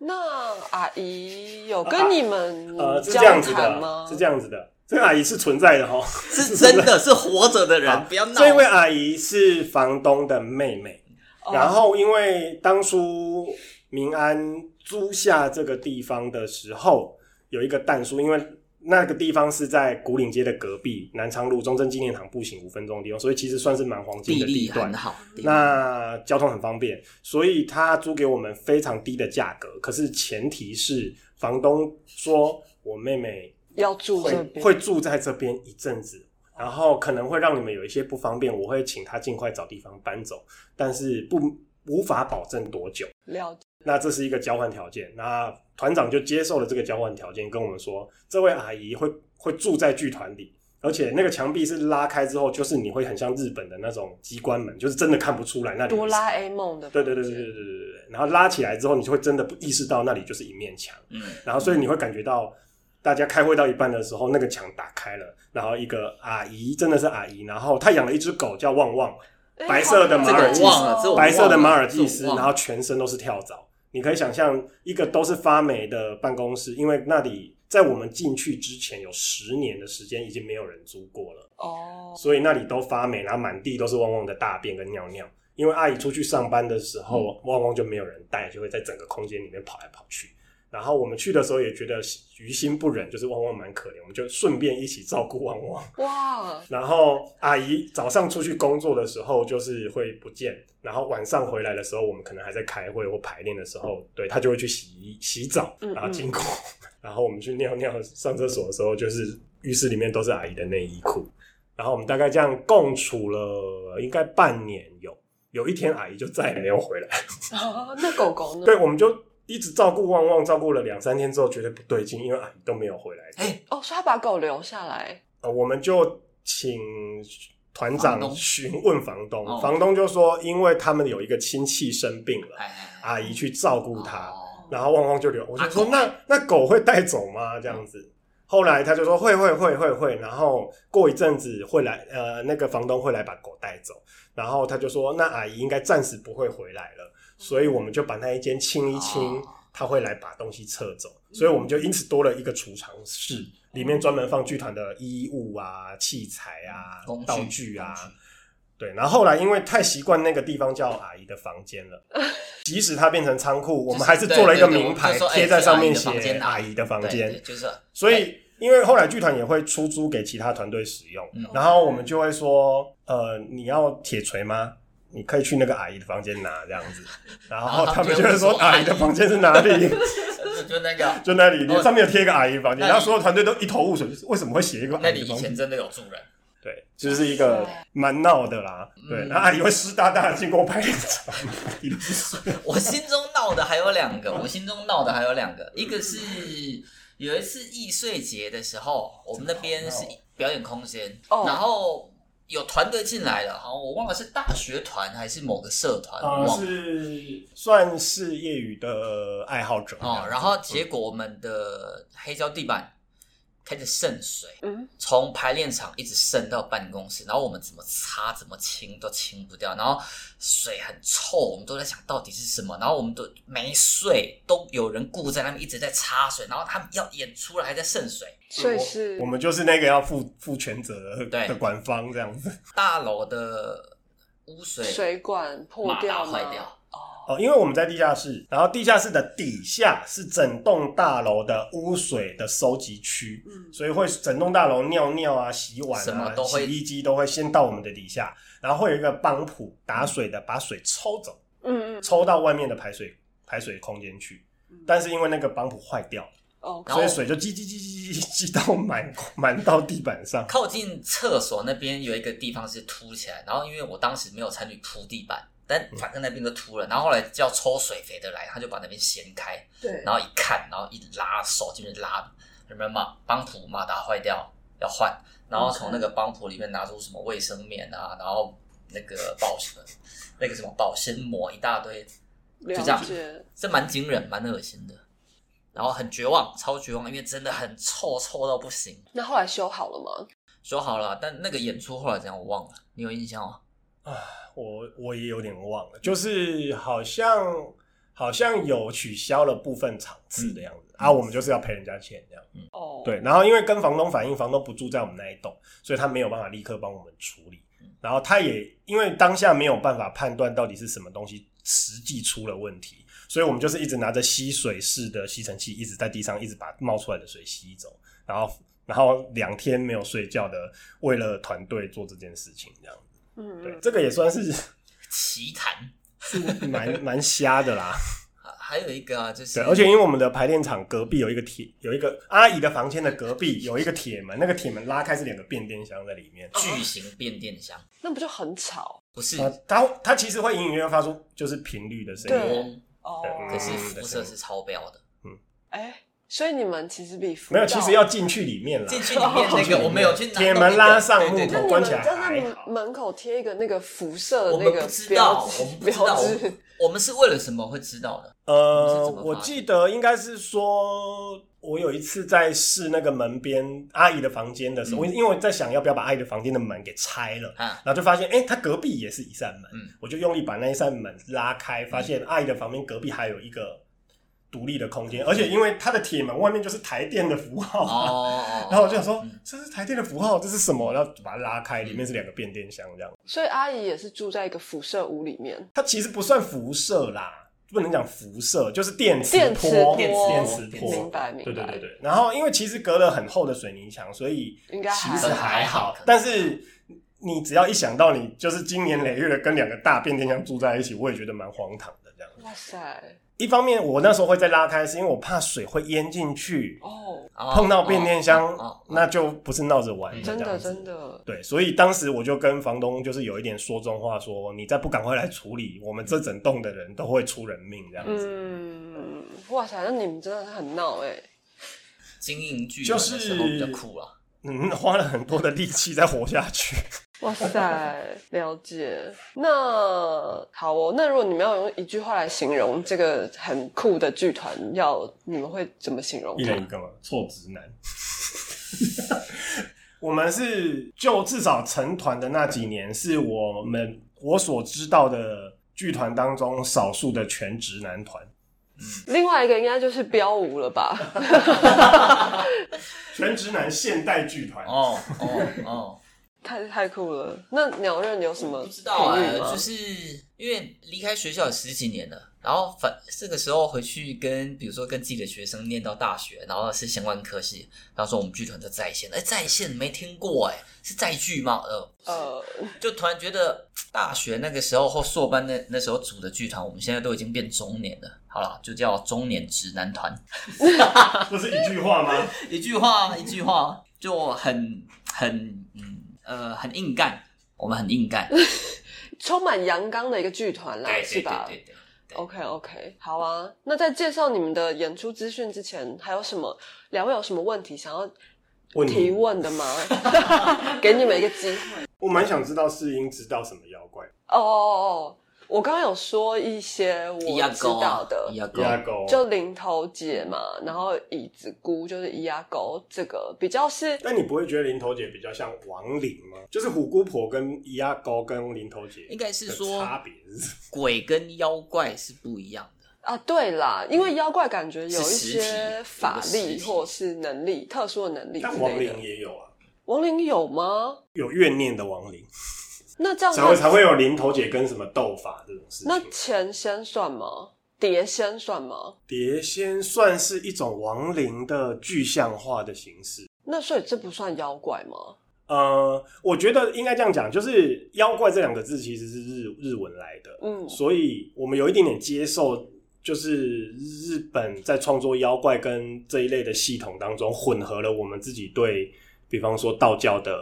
[SPEAKER 1] 那阿姨有跟你
[SPEAKER 2] 嗯
[SPEAKER 1] 们
[SPEAKER 3] 啊呃，是
[SPEAKER 1] 交
[SPEAKER 3] 这样子
[SPEAKER 1] 谈吗
[SPEAKER 3] 的，？是这样子的。这个阿姨是存在的哈、哦，
[SPEAKER 2] 是真的是活着的人，
[SPEAKER 3] 好
[SPEAKER 2] 不要闹。
[SPEAKER 3] 这位阿姨是房东的妹妹。
[SPEAKER 1] 哦，
[SPEAKER 3] 然后，因为当初民安租下这个地方的时候，有一个蛋叔，因为那个地方是在古岭街的隔壁，南昌路中正纪念堂步行五分钟的地方，所以其实算是蛮黄金
[SPEAKER 2] 地
[SPEAKER 3] 的
[SPEAKER 2] 利
[SPEAKER 3] 段
[SPEAKER 2] 很。好。地利
[SPEAKER 3] 那交通很方便，所以他租给我们非常低的价格，可是前提是房东说我妹妹
[SPEAKER 1] 要住这
[SPEAKER 3] 会
[SPEAKER 1] 边，
[SPEAKER 3] 会住在这边一阵子，然后可能会让你们有一些不方便，我会请她尽快找地方搬走，但是不无法保证多久。
[SPEAKER 1] 了解
[SPEAKER 3] 那这是一个交换条件，那团长就接受了这个交换条件，跟我们说，这位阿姨会会住在剧团里，而且那个墙壁是拉开之后，就是你会很像日本的那种机关门，就是真的看不出来那里有
[SPEAKER 1] 哆啦 A 梦的房
[SPEAKER 3] 对
[SPEAKER 1] 间，
[SPEAKER 3] 对对对对对对对对，然后拉起来之后，你就会真的不意识到那里就是一面墙，
[SPEAKER 2] 嗯，
[SPEAKER 3] 然后所以你会感觉到大家开会到一半的时候，那个墙打开了，然后一个阿姨真的是阿姨，然后她养了一只狗叫旺旺，
[SPEAKER 1] 哎
[SPEAKER 3] 白色的马
[SPEAKER 2] 这
[SPEAKER 3] 尔
[SPEAKER 2] 个
[SPEAKER 3] 济
[SPEAKER 2] 我
[SPEAKER 3] 斯
[SPEAKER 2] 忘了，这
[SPEAKER 1] 哦
[SPEAKER 2] 我
[SPEAKER 3] 白色的马尔
[SPEAKER 2] 忘
[SPEAKER 3] 济
[SPEAKER 2] 了
[SPEAKER 3] 斯，
[SPEAKER 2] 这我忘
[SPEAKER 3] 然
[SPEAKER 2] 了
[SPEAKER 3] 后全身都是跳蚤。你可以想象，一个都是发霉的办公室，因为那里在我们进去之前有十年的时间已经没有人租过了，
[SPEAKER 1] 哦，
[SPEAKER 3] 所以那里都发霉，然后满地都是汪汪的大便跟尿尿。因为阿姨出去上班的时候，汪汪就没有人带，就会在整个空间里面跑来跑去。然后我们去的时候也觉得于心不忍，就是汪汪蛮可怜，我们就顺便一起照顾汪汪。
[SPEAKER 1] 哇，
[SPEAKER 3] 然后阿姨早上出去工作的时候就是会不见，然后晚上回来的时候，我们可能还在开会或排练的时候，对她就会去洗衣洗澡，
[SPEAKER 1] 嗯嗯
[SPEAKER 3] 然后经过， (laughs) 然后我们去尿尿上厕所的时候，就是浴室里面都是阿姨的内衣裤。然后我们大概这样共处了应该半年有，有一天阿姨就再也没有
[SPEAKER 1] (laughs)
[SPEAKER 3] 回来。
[SPEAKER 1] 啊那狗狗呢？
[SPEAKER 3] (laughs) 对，我们就一直照顾旺旺，照顾了两三天之后，觉得不对劲，因为阿姨都没有回来。
[SPEAKER 2] 哎，
[SPEAKER 1] 哦，所以他把狗留下来，
[SPEAKER 3] 呃，我们就请团
[SPEAKER 2] 房
[SPEAKER 3] 长
[SPEAKER 2] 东
[SPEAKER 3] 询问房东，
[SPEAKER 2] 哦
[SPEAKER 3] 房东就说，因为他们有一个亲戚生病了，
[SPEAKER 2] 哎，
[SPEAKER 3] 阿姨去照顾他，
[SPEAKER 2] 哦
[SPEAKER 3] 然后旺旺就留，我就
[SPEAKER 2] 啊
[SPEAKER 3] 说、
[SPEAKER 2] 狗
[SPEAKER 3] 那那狗会带走吗？这样子。后来他就说会会会会会，然后过一阵子会来，呃，那个房东会来把狗带走，然后他就说那阿姨应该暂时不会回来了，所以我们就把那一间清一清
[SPEAKER 2] 哦，嗯
[SPEAKER 3] 他会来把东西撤走，所以我们就因此多了一个储藏室，里面专门放剧团的衣物啊、器材啊
[SPEAKER 2] 嗯工、具
[SPEAKER 3] 道具啊，
[SPEAKER 2] 工具
[SPEAKER 3] 对，然后后来因为太习惯那个地方叫阿姨的房间了，即使它变成仓库，我们还是做了一个名
[SPEAKER 2] 对对对我
[SPEAKER 3] 牌
[SPEAKER 2] 们就说哎
[SPEAKER 3] 贴在上面
[SPEAKER 2] 这
[SPEAKER 3] 写
[SPEAKER 2] 是
[SPEAKER 3] 阿
[SPEAKER 2] 阿
[SPEAKER 3] 姨的房
[SPEAKER 2] 对对
[SPEAKER 3] 间。
[SPEAKER 2] 就是
[SPEAKER 3] 所以，因为后来剧团也会出租给其他团队使用
[SPEAKER 2] 嗯，
[SPEAKER 3] 然后我们就会说，呃，你要铁锤吗？你可以去那个阿姨的房间拿这样
[SPEAKER 2] (laughs)
[SPEAKER 3] 子，然后
[SPEAKER 2] 然后
[SPEAKER 3] 他
[SPEAKER 2] 他
[SPEAKER 3] 们
[SPEAKER 2] 们
[SPEAKER 3] 就
[SPEAKER 2] 就
[SPEAKER 3] 会
[SPEAKER 2] 会
[SPEAKER 3] 说
[SPEAKER 2] 说
[SPEAKER 3] 阿姨的房间是哪
[SPEAKER 2] (laughs)
[SPEAKER 3] 里？
[SPEAKER 2] 就就那
[SPEAKER 3] (laughs)
[SPEAKER 2] 个，
[SPEAKER 3] 就那里，
[SPEAKER 2] 哦
[SPEAKER 3] 上面有贴一个阿姨的房间，
[SPEAKER 2] 那你
[SPEAKER 3] 然后所有团队都一头雾水，就是为什么会写一个阿
[SPEAKER 2] 那里
[SPEAKER 3] 姨的
[SPEAKER 2] 以
[SPEAKER 3] 房间
[SPEAKER 2] 前？真的有住人，
[SPEAKER 3] 对，就是一个蛮闹的啦。对，
[SPEAKER 2] 嗯
[SPEAKER 3] 然后阿姨会湿哒哒的经过拍 (laughs) 照，满地都是水
[SPEAKER 2] 我心中闹的还有两个，我心中闹的还有两个，一个是有一次易碎节的时候，我们那边是表演空间，
[SPEAKER 1] 哦
[SPEAKER 2] 然后有团队进来了，好像我忘了是大学团还是某个社团，
[SPEAKER 3] 呃，
[SPEAKER 2] 我忘了。
[SPEAKER 3] 是算是业余的爱好者
[SPEAKER 2] 哦，然后结果我们的黑胶地板开始渗水，
[SPEAKER 1] 嗯，
[SPEAKER 2] 从排练场一直渗到办公室，然后我们怎么擦怎么清都清不掉，然后水很臭，我们都在想到底是什么，然后我们都没睡，都有人顾在那边一直在擦水，然后他们要演出了还在渗水，
[SPEAKER 1] 所以是
[SPEAKER 3] 我们就是那个要负负全责的
[SPEAKER 2] 对
[SPEAKER 3] 的官方这样子
[SPEAKER 2] 大楼的污水
[SPEAKER 1] 水管破
[SPEAKER 2] 马
[SPEAKER 1] 掉
[SPEAKER 2] 达
[SPEAKER 1] 吗
[SPEAKER 2] 坏掉，
[SPEAKER 3] 哦，因为我们在地下室，然后地下室的底下是整栋大楼的污水的收集区，
[SPEAKER 1] 嗯
[SPEAKER 3] 所以会整栋大楼尿尿啊、洗碗
[SPEAKER 2] 什么
[SPEAKER 3] 啊、
[SPEAKER 2] 都会
[SPEAKER 3] 洗衣机都会先到我们的底下，然后会有一个帮浦打水的把水抽走，
[SPEAKER 1] 嗯嗯
[SPEAKER 3] 抽到外面的排水排水空间去
[SPEAKER 1] 嗯。
[SPEAKER 3] 但是因为那个帮浦坏掉了，
[SPEAKER 1] 哦，
[SPEAKER 2] 然后
[SPEAKER 3] 所以水就积积积积积积到满 (laughs) 满到地板上。
[SPEAKER 2] 靠近厕所那边有一个地方是凸起来，然后因为我当时没有参与铺地板，但反正那边都凸了，然后后来叫抽水肥的来，他就把那边掀开，
[SPEAKER 1] 对
[SPEAKER 2] 然，后一看，然后一拉手进去拉，什么马邦普马达坏掉要换，然后从那个邦普里面拿出什么卫生棉啊，然后那个保鲜那个什么保鲜膜一大堆，就这
[SPEAKER 1] 了
[SPEAKER 2] 样
[SPEAKER 1] 解，
[SPEAKER 2] 这蛮惊人，蛮恶心的。然后很绝望，超绝望，因为真的很臭，臭到不行。
[SPEAKER 1] 那后来修好了吗？
[SPEAKER 2] 说好了，但那个演出后来怎样我忘了，你有印象吗？
[SPEAKER 3] 我我也有点忘了，就是好像好像有取消了部分场次的样子、
[SPEAKER 2] 嗯
[SPEAKER 3] 啊，我们就是要赔人家钱这样。
[SPEAKER 1] 哦，
[SPEAKER 3] 对，然后因为跟房东反映，房东不住在我们那一栋，所以他没有办法立刻帮我们处理。然后他也因为当下没有办法判断到底是什么东西实际出了问题，所以我们就是一直拿着吸水式的吸尘器，一直在地上一直把冒出来的水吸走，然后然后两天没有睡觉的，为了团队做这件事情，这样，
[SPEAKER 1] 嗯，
[SPEAKER 3] 对，
[SPEAKER 1] 嗯
[SPEAKER 3] 这个也算是 (laughs)
[SPEAKER 2] 奇谈。
[SPEAKER 3] 是蛮蛮瞎的啦。
[SPEAKER 2] 啊还有一个啊，就是
[SPEAKER 3] 对，而且因为我们的排练场隔壁有一个铁，有一个阿姨的房间的隔壁有一个铁门，那个铁门拉开是两个变电箱在里面。
[SPEAKER 2] 巨型变电箱
[SPEAKER 1] 那不就很吵
[SPEAKER 2] 不是
[SPEAKER 3] 它它它其实会隐隐约约发出就是频率的声音，
[SPEAKER 1] 对
[SPEAKER 2] 嗡，
[SPEAKER 1] 哦？
[SPEAKER 3] 对
[SPEAKER 2] 可是
[SPEAKER 3] 嗯
[SPEAKER 2] 辐射是超标的。
[SPEAKER 1] 哎，所以你们其实比辅
[SPEAKER 3] 没有，
[SPEAKER 1] 导
[SPEAKER 3] 其实要进去里面啦。
[SPEAKER 2] 进去里面那
[SPEAKER 3] (laughs)
[SPEAKER 2] 个我们有去拿
[SPEAKER 3] 铁门拉上
[SPEAKER 2] 对对
[SPEAKER 3] 木
[SPEAKER 1] 那
[SPEAKER 2] 对
[SPEAKER 3] 头
[SPEAKER 1] 你
[SPEAKER 3] 关
[SPEAKER 1] 们
[SPEAKER 3] 起来
[SPEAKER 1] 在那
[SPEAKER 3] 还
[SPEAKER 1] 门
[SPEAKER 3] 好
[SPEAKER 1] 门口贴一个那个辐射
[SPEAKER 2] 我
[SPEAKER 1] 的
[SPEAKER 2] 们
[SPEAKER 1] 那个
[SPEAKER 2] 不知道，
[SPEAKER 1] 标
[SPEAKER 2] 我
[SPEAKER 1] 志
[SPEAKER 2] 们不知
[SPEAKER 1] 标
[SPEAKER 2] 道，我
[SPEAKER 1] 志
[SPEAKER 2] 们，我们是为了什么会知道的？你是
[SPEAKER 3] 呃，
[SPEAKER 2] 怎么发现
[SPEAKER 3] 我记得应该是说，我有一次在试那个门边阿姨的房间的时候，我
[SPEAKER 2] 嗯
[SPEAKER 3] 因为我在想要不要把阿姨的房间的门给拆了。
[SPEAKER 2] 啊，
[SPEAKER 3] 然后就发现，哎、她隔壁也是一扇门，
[SPEAKER 2] 嗯
[SPEAKER 3] 我就用力把那一扇门拉开，发现阿姨的旁边隔壁还有一个独立的空间，而且因为它的铁门外面就是台电的符号
[SPEAKER 2] 哦
[SPEAKER 3] 啊、
[SPEAKER 2] 哦，哦
[SPEAKER 3] (laughs) 然后我就想说
[SPEAKER 2] 嗯，
[SPEAKER 3] 这是台电的符号，这是什么？然后把它拉开，里面是两个变电箱这样。
[SPEAKER 1] 所以阿姨也是住在一个辐射屋里面。
[SPEAKER 3] 它其实不算辐射啦，不能讲辐射，就是电磁
[SPEAKER 1] 电
[SPEAKER 3] 波
[SPEAKER 1] 磁，
[SPEAKER 3] 电
[SPEAKER 1] 波
[SPEAKER 3] 磁
[SPEAKER 2] 电磁
[SPEAKER 3] 波
[SPEAKER 1] 明。白明白，
[SPEAKER 3] 对对对对，然后因为其实隔了很厚的水泥墙，所以
[SPEAKER 1] 应该
[SPEAKER 3] 其
[SPEAKER 1] 还
[SPEAKER 3] 实
[SPEAKER 1] 好
[SPEAKER 3] 还
[SPEAKER 2] 还
[SPEAKER 3] 好
[SPEAKER 2] 好。
[SPEAKER 3] 但是你只要一想到你就是经年累月的跟两个大变电箱住在一起，我也觉得蛮荒唐的这样。
[SPEAKER 1] 哇塞，
[SPEAKER 3] 一方面我那时候会再拉开，是因为我怕水会淹进去，
[SPEAKER 1] 哦，
[SPEAKER 2] 哦
[SPEAKER 3] 碰到变电箱
[SPEAKER 2] 哦哦，哦
[SPEAKER 3] 那就不是闹着玩
[SPEAKER 2] 嗯
[SPEAKER 3] 这
[SPEAKER 1] 真
[SPEAKER 3] 样
[SPEAKER 1] 的
[SPEAKER 3] 子
[SPEAKER 1] 真的，
[SPEAKER 3] 对，所以当时我就跟房东就是有一点说中话说你再不赶快来处理，我们这整栋的人都会出人命这样子。
[SPEAKER 1] 嗯，哇塞，那你们真的是很闹哎、
[SPEAKER 2] 经营剧
[SPEAKER 3] 就
[SPEAKER 2] 本
[SPEAKER 3] 是
[SPEAKER 2] 的时候比较酷啊。
[SPEAKER 3] 嗯，花了很多的力气再活下去。
[SPEAKER 1] 哇塞， (laughs) 了解。那好哦，那如果你们要用一句话来形容这个很酷的剧团，要你们会怎么形容
[SPEAKER 3] 一
[SPEAKER 1] 它
[SPEAKER 3] 人一个嘛，臭直男。 (laughs) 我们是就至少成团的那几年，是我们 (laughs) 我所知道的剧团当中少数的全直男团。
[SPEAKER 1] 另外一个应该就是标舞了吧？ (laughs)
[SPEAKER 3] 全直男现代剧团
[SPEAKER 2] 哦哦哦，
[SPEAKER 1] 太太酷了。那鸟刃有什么
[SPEAKER 2] 不知道啊
[SPEAKER 1] 评语，吗
[SPEAKER 2] 就是因为离开学校有十几年了，然后反这个时候回去跟比如说跟自己的学生念到大学，然后是相关科系，然后说我们剧团的在线，哎，在线没听过哎，是在剧吗？呃，
[SPEAKER 1] 呃，
[SPEAKER 2] 就突然觉得大学那个时候或硕班那那时候组的剧团，我们现在都已经变中年了。好了，就叫中年直男团。
[SPEAKER 3] 这是一句话吗？ (laughs)
[SPEAKER 2] 一句话，一句话，就很很嗯呃很硬干，我们很硬干，
[SPEAKER 1] 充满阳刚的一个剧团啦，是吧
[SPEAKER 2] 对对。对
[SPEAKER 1] OK OK，好啊。那在介绍你们的演出资讯之前，还有什么两位有什么问题想要
[SPEAKER 3] 问
[SPEAKER 1] 提
[SPEAKER 3] 你，
[SPEAKER 1] 问的吗？
[SPEAKER 2] (laughs)
[SPEAKER 1] 给你们一个机会。
[SPEAKER 3] 我蛮想知道世英知道什么妖怪，
[SPEAKER 1] 哦哦哦，我刚刚有说一些
[SPEAKER 2] 一
[SPEAKER 1] 我
[SPEAKER 2] 压
[SPEAKER 1] 知
[SPEAKER 2] 沟啊
[SPEAKER 1] 道的
[SPEAKER 2] 一，压沟，
[SPEAKER 3] 鸭狗。
[SPEAKER 1] 就零头姐嘛，然后椅子菇就是咿呀狗，这个比较是
[SPEAKER 3] 但你不会觉得林头姐比较像亡灵吗？就是虎姑婆跟伊阿高跟林头姐
[SPEAKER 2] 应该是
[SPEAKER 3] 的
[SPEAKER 2] 说
[SPEAKER 3] 差别是什么
[SPEAKER 2] 鬼跟妖怪是不一样的。
[SPEAKER 1] 啊，对啦，因为妖怪感觉有一
[SPEAKER 2] 嗯是实体有
[SPEAKER 1] 些
[SPEAKER 2] 个
[SPEAKER 1] 法
[SPEAKER 2] 实
[SPEAKER 1] 力
[SPEAKER 2] 体
[SPEAKER 1] 或是能力、特殊的能力之
[SPEAKER 3] 但亡
[SPEAKER 1] 类
[SPEAKER 3] 灵
[SPEAKER 1] 的。
[SPEAKER 3] 也有啊，
[SPEAKER 1] 亡灵有吗？
[SPEAKER 3] 有怨念的亡灵，
[SPEAKER 1] 那这样
[SPEAKER 3] 才会
[SPEAKER 1] 那
[SPEAKER 3] 才会有林头姐跟什么斗法这种事
[SPEAKER 1] 那
[SPEAKER 3] 情。
[SPEAKER 1] 钱先算吗？碟仙算吗？
[SPEAKER 3] 碟仙算是一种亡灵的具象化的形式。
[SPEAKER 1] 那所以这不算妖怪吗？
[SPEAKER 3] 呃，我觉得应该这样讲，就是“妖怪”这两个字其实是日日文来的，
[SPEAKER 1] 嗯
[SPEAKER 3] 所以我们有一点点接受，就是日本在创作妖怪跟这一类的系统当中，混合了我们自己对，比方说道教的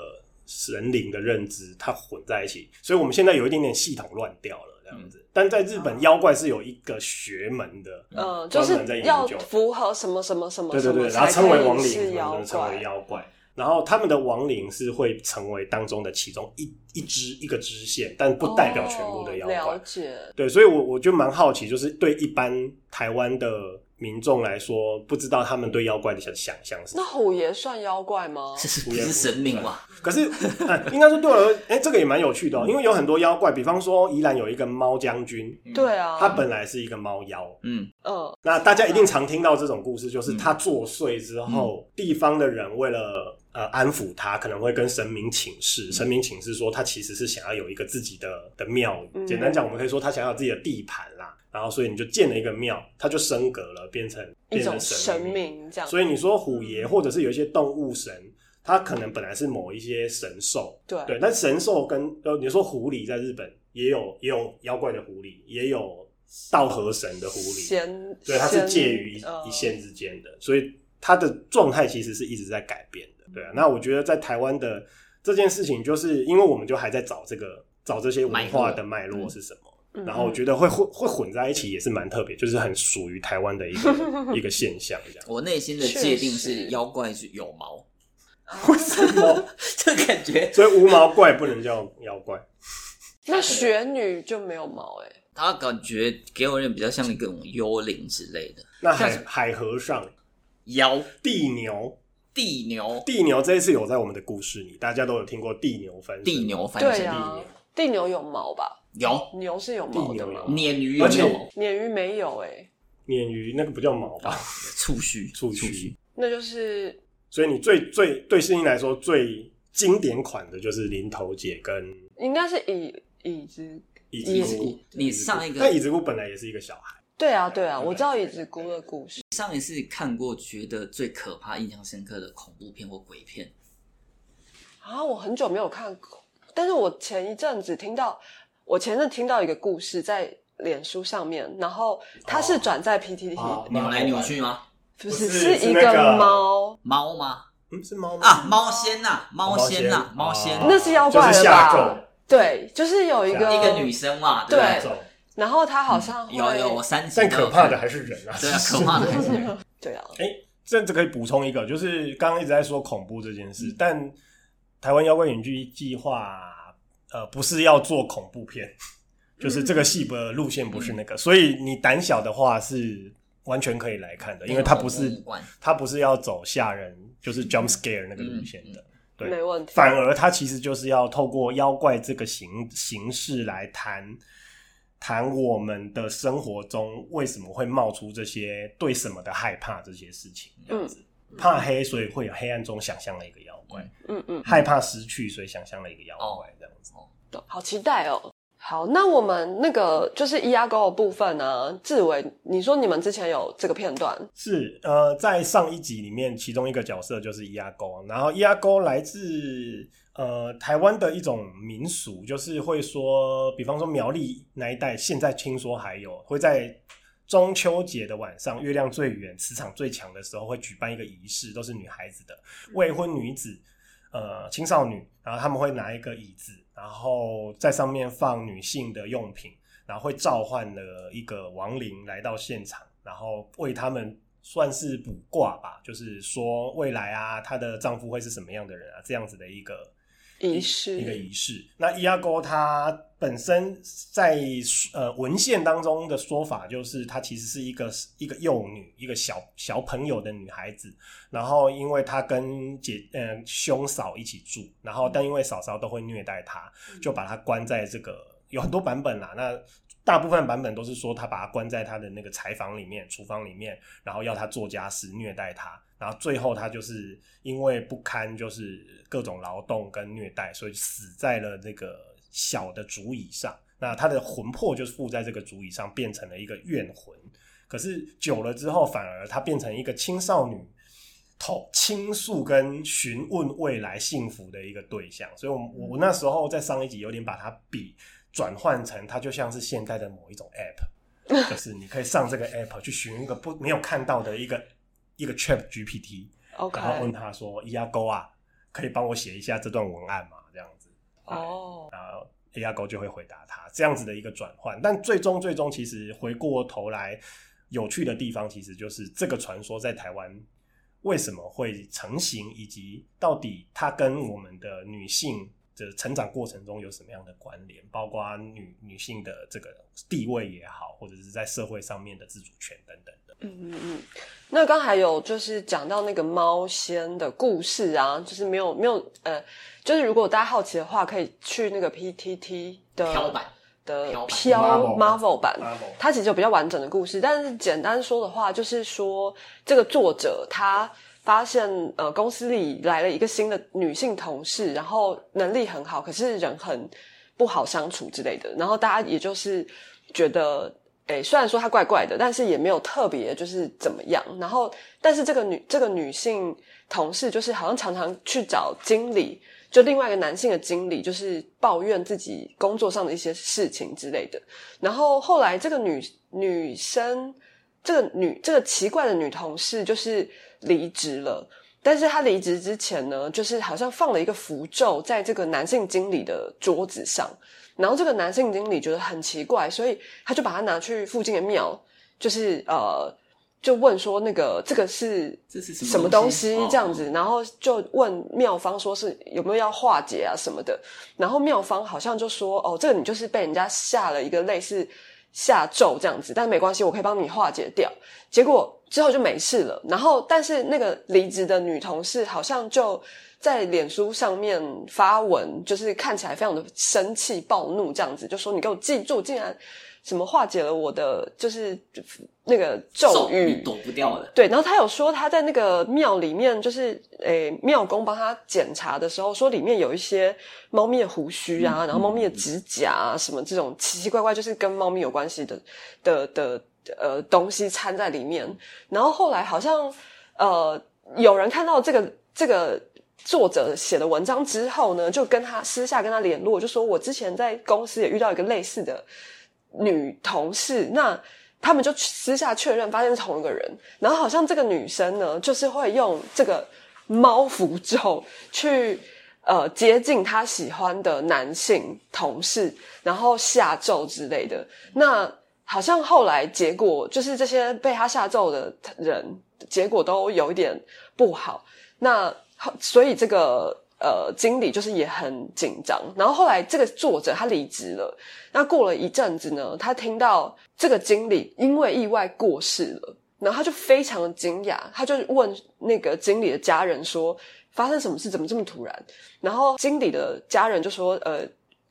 [SPEAKER 3] 神灵的认知，它混在一起，所以我们现在有一点点系统乱掉了这样子。但在日本，妖怪是有一个学门的，
[SPEAKER 1] 呃，就
[SPEAKER 3] 专门在
[SPEAKER 1] 是
[SPEAKER 3] 研
[SPEAKER 1] 要
[SPEAKER 3] 究
[SPEAKER 1] 符合什么什么什么
[SPEAKER 3] 对
[SPEAKER 1] 什
[SPEAKER 3] 对
[SPEAKER 1] 么
[SPEAKER 3] 对，
[SPEAKER 1] 才
[SPEAKER 3] 然后称为
[SPEAKER 1] 可
[SPEAKER 3] 亡
[SPEAKER 1] 以
[SPEAKER 3] 灵，
[SPEAKER 1] 是
[SPEAKER 3] 什么
[SPEAKER 1] 妖
[SPEAKER 3] 的称为
[SPEAKER 1] 怪。
[SPEAKER 3] 妖怪。然后他们的亡灵是会成为当中的其中一一支一个支线，但不代表全部的妖怪。
[SPEAKER 1] 哦了解，
[SPEAKER 3] 对，所以我我就蛮好奇，就是对一般台湾的民众来说，不知道他们对妖怪的想想象是什
[SPEAKER 1] 那
[SPEAKER 3] 么。
[SPEAKER 1] 虎爷算妖怪吗？
[SPEAKER 2] 这是
[SPEAKER 3] 不
[SPEAKER 2] 不
[SPEAKER 3] 一样
[SPEAKER 2] 是神明嘛？
[SPEAKER 3] 可是，哎应该说对我来说，哎，这个也蛮有趣的、哦，因为有很多妖怪，比方说宜兰有一个猫将军，
[SPEAKER 1] 对啊，
[SPEAKER 3] 他本来是一个猫妖，
[SPEAKER 2] 嗯，
[SPEAKER 1] 嗯嗯
[SPEAKER 3] 那大家一定常听到这种故事，就是他作祟之后，地方的人为了呃安抚他，可能会跟神明请
[SPEAKER 1] 嗯
[SPEAKER 3] 示，神明请示说他其实是想要有一个自己的的庙宇，
[SPEAKER 1] 嗯
[SPEAKER 3] 简单讲，我们可以说他想要有自己的地盘啦。然后所以你就建了一个庙，他就升格了，变成
[SPEAKER 1] 一
[SPEAKER 3] 变
[SPEAKER 1] 种
[SPEAKER 3] 成
[SPEAKER 1] 神
[SPEAKER 3] 明。
[SPEAKER 1] 明这样。
[SPEAKER 3] 所以你说虎爷或者是有一些动物神，它可能本来是某一些神兽，
[SPEAKER 1] 对
[SPEAKER 3] 对，但神兽跟呃，你说狐狸在日本也有也有妖怪的狐狸，也有道和神的狐狸，
[SPEAKER 1] 先
[SPEAKER 3] 对，它是介于一、
[SPEAKER 1] 先呃
[SPEAKER 3] 一线之间的，所以它的状态其实是一直在改变的，对啊。那我觉得在台湾的这件事情，就是因为我们就还在找这个找这些文化的脉络是什么。
[SPEAKER 1] 嗯
[SPEAKER 3] 然后我觉得会会会混在一起也是蛮特别，就是很属于台湾的一 (laughs) 个一个现象这样。
[SPEAKER 2] 我内心的界定
[SPEAKER 1] 确
[SPEAKER 2] 是
[SPEAKER 1] 实
[SPEAKER 2] 妖怪是有毛，
[SPEAKER 3] 为什么？
[SPEAKER 2] 这感觉
[SPEAKER 3] 所以无毛怪不能叫妖怪。
[SPEAKER 1] 那雪女就没有毛哎、欸，
[SPEAKER 2] 他感觉给我人比较像一种幽灵之类的
[SPEAKER 3] 那海
[SPEAKER 2] 像是
[SPEAKER 3] 海和尚、
[SPEAKER 2] 妖
[SPEAKER 3] 地牛、
[SPEAKER 2] 地牛
[SPEAKER 3] 地牛这一次有在我们的故事里，大家都有听过地牛翻身。
[SPEAKER 2] 地牛翻
[SPEAKER 1] 对啊
[SPEAKER 2] 身、
[SPEAKER 1] 呀、
[SPEAKER 3] 地牛
[SPEAKER 1] 地牛有毛吧？
[SPEAKER 2] 有
[SPEAKER 1] 牛是有毛
[SPEAKER 3] 地
[SPEAKER 1] 的
[SPEAKER 3] 牛
[SPEAKER 1] 吗
[SPEAKER 3] 有？
[SPEAKER 2] 鲶鱼有
[SPEAKER 3] 而
[SPEAKER 2] 没
[SPEAKER 3] 且
[SPEAKER 2] 有毛？
[SPEAKER 1] 鲶鱼没有哎、
[SPEAKER 3] 鲶鱼那个不叫毛吧？
[SPEAKER 2] 触须
[SPEAKER 3] (laughs) 触须
[SPEAKER 2] 啊须
[SPEAKER 1] 那就是
[SPEAKER 3] 所以你最最对声音来说最经典款的就是林头姐跟
[SPEAKER 1] 应该是椅椅子。
[SPEAKER 3] 椅
[SPEAKER 1] 椅
[SPEAKER 3] 子
[SPEAKER 1] 子
[SPEAKER 3] 姑
[SPEAKER 1] 姑。
[SPEAKER 2] 你上一个
[SPEAKER 3] 但椅子姑本来也是一个小孩，
[SPEAKER 1] 对啊，对啊，我知道椅子姑的故事。
[SPEAKER 2] 上一次看过觉得最可怕、印象深刻的恐怖片或鬼片，
[SPEAKER 1] 啊，我很久没有看过，但是我前一阵子听到，我前阵听到一个故事在脸书上面，然后它是转在 PTT，、
[SPEAKER 3] 哦
[SPEAKER 2] 扭啊来扭去吗？
[SPEAKER 1] 不
[SPEAKER 3] 不
[SPEAKER 1] 是
[SPEAKER 3] 是
[SPEAKER 1] 是一
[SPEAKER 3] 是那个
[SPEAKER 1] 个猫，
[SPEAKER 2] 猫吗？
[SPEAKER 3] 嗯，是猫吗？哦
[SPEAKER 2] 啊，猫仙呐，猫仙呐，猫仙，
[SPEAKER 1] 那是妖怪
[SPEAKER 3] 就是
[SPEAKER 1] 了
[SPEAKER 3] 下
[SPEAKER 1] 吧
[SPEAKER 3] 咒？
[SPEAKER 1] 对，就是有一个
[SPEAKER 2] 一个女，生嘛，不
[SPEAKER 1] 啊对
[SPEAKER 3] 下咒
[SPEAKER 1] 然后她好像会
[SPEAKER 2] 有有我三集
[SPEAKER 3] 但
[SPEAKER 2] 都有
[SPEAKER 3] 可
[SPEAKER 2] 看
[SPEAKER 3] 怕的还是人啊！
[SPEAKER 2] 对
[SPEAKER 3] (laughs)
[SPEAKER 2] 啊，可怕的还是
[SPEAKER 1] (laughs)
[SPEAKER 2] 人
[SPEAKER 1] 对啊，
[SPEAKER 3] 哎这这可以补充一个，就是刚刚一直在说恐怖这件事，
[SPEAKER 2] 嗯
[SPEAKER 3] 但台湾妖怪远距计划，呃，不是要做恐怖片， (laughs) 就是这个戏的路线不是
[SPEAKER 2] 嗯
[SPEAKER 3] 那个，所以你胆小的话是完全可以来看的，因为它不
[SPEAKER 2] 没有恐怖
[SPEAKER 3] 是
[SPEAKER 2] 无关嗯
[SPEAKER 3] 它不是要走吓人，就是 jump scare 那个路线的，对
[SPEAKER 1] 没问题。
[SPEAKER 3] 反而它其实就是要透过妖怪这个形形式来谈谈我们的生活中为什么会冒出这些对什么的害怕这些事情，这样子。怕黑，所以会有黑暗中想象了一个妖怪；
[SPEAKER 1] 嗯嗯，
[SPEAKER 3] 害怕失去，所以想象了一个妖怪，这样子。
[SPEAKER 1] 懂好期待哦。好，那我们那个就是伊阿沟的部分呢、志伟，你说你们之前有这个片段，
[SPEAKER 3] 是呃，在上一集里面，其中一个角色就是伊阿沟，然后伊阿沟来自呃台湾的一种民俗，就是会说，比方说苗栗那一带，现在听说还有会在中秋节的晚上，月亮最圆、磁场最强的时候，会举办一个仪式，都是女孩子的未婚女子。呃，青少女，然后他们会拿一个椅子，然后在上面放女性的用品，然后会召唤了一个亡灵来到现场，然后为他们算是卜卦吧，就是说未来啊，她的丈夫会是什么样的人啊，这样子的一个
[SPEAKER 1] 仪
[SPEAKER 3] 一
[SPEAKER 1] 式
[SPEAKER 3] 一个仪式。那伊阿沟他本身在呃文献当中的说法，就是她其实是一个一个幼女，一个小小朋友的女孩子，然后因为她跟姐嗯、兄嫂一起住，然后但因为嫂嫂都会虐待她，就把她关在这个有很多版本啦，那大部分版本都是说他把她关在他的那个柴房里面、厨房里面，然后要她做家事、虐待她，然后最后她就是因为不堪就是各种劳动跟虐待，所以死在了那个小的竹椅上。那她的魂魄就是附在这个竹椅上，变成了一个怨魂。可是久了之后，反而她变成一个青少女，投倾诉跟询问未来幸福的一个对象。所以我，我我那时候在上一集有点把它比转换成，它就像是现在的某一种 app，就是你可以上这个 app 去寻一个不没有看到的一个一个 Chat GPT，
[SPEAKER 1] ，OK，
[SPEAKER 3] 然后问他说：“伊阿沟啊，可以帮我写一下这段文案吗？”这样子。
[SPEAKER 1] 哦，
[SPEAKER 3] AI 狗就会回答他这样子的一个转换。但最终最终，其实回过头来，有趣的地方其实就是这个传说在台湾为什么会成型，以及到底它跟我们的女性的成长过程中有什么样的关联，包括女女性的这个地位也好，或者是在社会上面的自主权等等的。
[SPEAKER 1] 嗯嗯嗯。那刚才有就是讲到那个猫仙的故事啊，就是没有没有呃，就是如果大家好奇的话，可以去那个 PTT 的
[SPEAKER 2] 飘版
[SPEAKER 1] 的
[SPEAKER 2] 飘版
[SPEAKER 1] 飘
[SPEAKER 3] Marvel
[SPEAKER 1] Marvel 版，
[SPEAKER 3] Marvel
[SPEAKER 1] 它其实有比较完整的故事，但是简单说的话，就是说这个作者他发现呃公司里来了一个新的女性同事，然后能力很好，可是人很不好相处之类的，然后大家也就是觉得哎、虽然说她怪怪的，但是也没有特别就是怎么样。然后，但是这个女这个女性同事就是好像常常去找经理，就另外一个男性的经理，就是抱怨自己工作上的一些事情之类的。然后后来这个女女生，这个女这个奇怪的女同事就是离职了。但是她离职之前呢，就是好像放了一个符咒在这个男性经理的桌子上，然后这个男性经理觉得很奇怪，所以他就把它拿去附近的庙，就是呃，就问说那个这个是
[SPEAKER 2] 这是什么
[SPEAKER 1] 什么东西
[SPEAKER 2] 哦
[SPEAKER 1] 这样子，然后就问妙方说是有没有要化解啊什么的，然后妙方好像就说哦，这个你就是被人家下了一个类似下咒这样子，但没关系，我可以帮你化解掉。结果之后就没事了。然后，但是那个离职的女同事好像就在脸书上面发文，就是看起来非常的生气、暴怒这样子，就说你给我记住，竟然什么化解了我的就是那个咒语，
[SPEAKER 2] 你躲不掉的。
[SPEAKER 1] 对，然后他有说他在那个庙里面，就是诶庙公帮他检查的时候，说里面有一些猫咪的胡须啊，然后猫咪的指甲啊，什么这种奇奇怪怪，就是跟猫咪有关系的的的呃东西掺在里面。然后后来好像呃有人看到这个这个作者写的文章之后呢，就跟他私下跟他联络，就说我之前在公司也遇到一个类似的女同事，那他们就私下确认，发现是同一个人。然后好像这个女生呢，就是会用这个猫符咒去呃接近她喜欢的男性同事，然后下咒之类的。那好像后来结果就是这些被她下咒的人，结果都有一点不好。那所以这个呃经理就是也很紧张。然后后来这个作者他离职了，那过了一阵子呢，他听到这个经理因为意外过世了，然后他就非常的惊讶，他就问那个经理的家人说：“发生什么事？怎么这么突然？”然后经理的家人就说：“呃，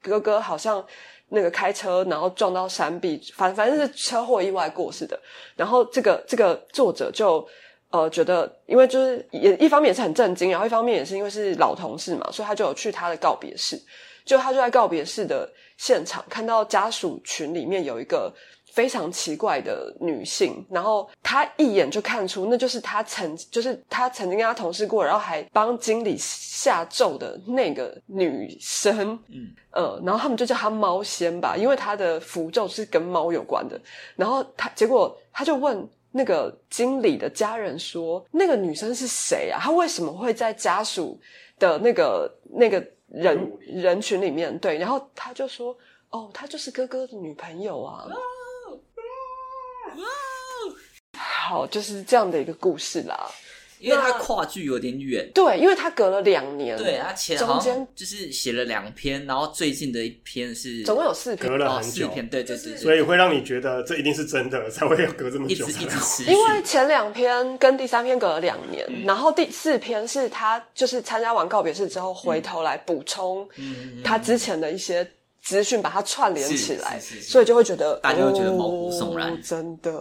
[SPEAKER 1] 哥哥好像那个开车，然后撞到山壁，反反正是车祸意外过世的。”然后这个这个作者就。呃，觉得因为就是也一方面也是很震惊，然后一方面也是因为是老同事嘛，所以他就有去他的告别式。就他就在告别式的现场看到家属群里面有一个非常奇怪的女性，然后他一眼就看出那就是他曾就是他曾经跟他同事过，然后还帮经理下咒的那个女生，
[SPEAKER 2] 嗯，
[SPEAKER 1] 呃，然后他们就叫她猫仙吧，因为她的符咒是跟猫有关的。然后他结果他就问那个经理的家人说，那个女生是谁啊？她为什么会在家属的那个那个人人群里面？对，然后他就说，哦，她就是哥哥的女朋友啊。好，就是这样的一个故事啦。
[SPEAKER 2] 因为它跨距有点远。
[SPEAKER 1] 对，因为他隔了两年，
[SPEAKER 2] 对，它前
[SPEAKER 1] 中
[SPEAKER 2] 好像
[SPEAKER 1] 间
[SPEAKER 2] 就是写了两篇，然后最近的一篇是
[SPEAKER 1] 总共有四篇
[SPEAKER 3] 隔了
[SPEAKER 2] 哦
[SPEAKER 3] 很
[SPEAKER 2] 四
[SPEAKER 3] 久，
[SPEAKER 2] 篇，对对对，对
[SPEAKER 3] 所以会让你觉得这一定是真的，才会要隔这么
[SPEAKER 2] 一
[SPEAKER 3] 久
[SPEAKER 2] 直一
[SPEAKER 3] 才
[SPEAKER 2] 直
[SPEAKER 3] 来。
[SPEAKER 2] 持续，
[SPEAKER 1] 因为前两篇跟第三篇隔了两年，然后第四篇是他就是参加完告别式之后，回头来补充
[SPEAKER 2] 嗯
[SPEAKER 1] 他之前的一些资讯，把它串联起来，
[SPEAKER 2] 是是是
[SPEAKER 1] 所以就会觉得
[SPEAKER 2] 大家会觉得毛骨悚然
[SPEAKER 1] 哦真的。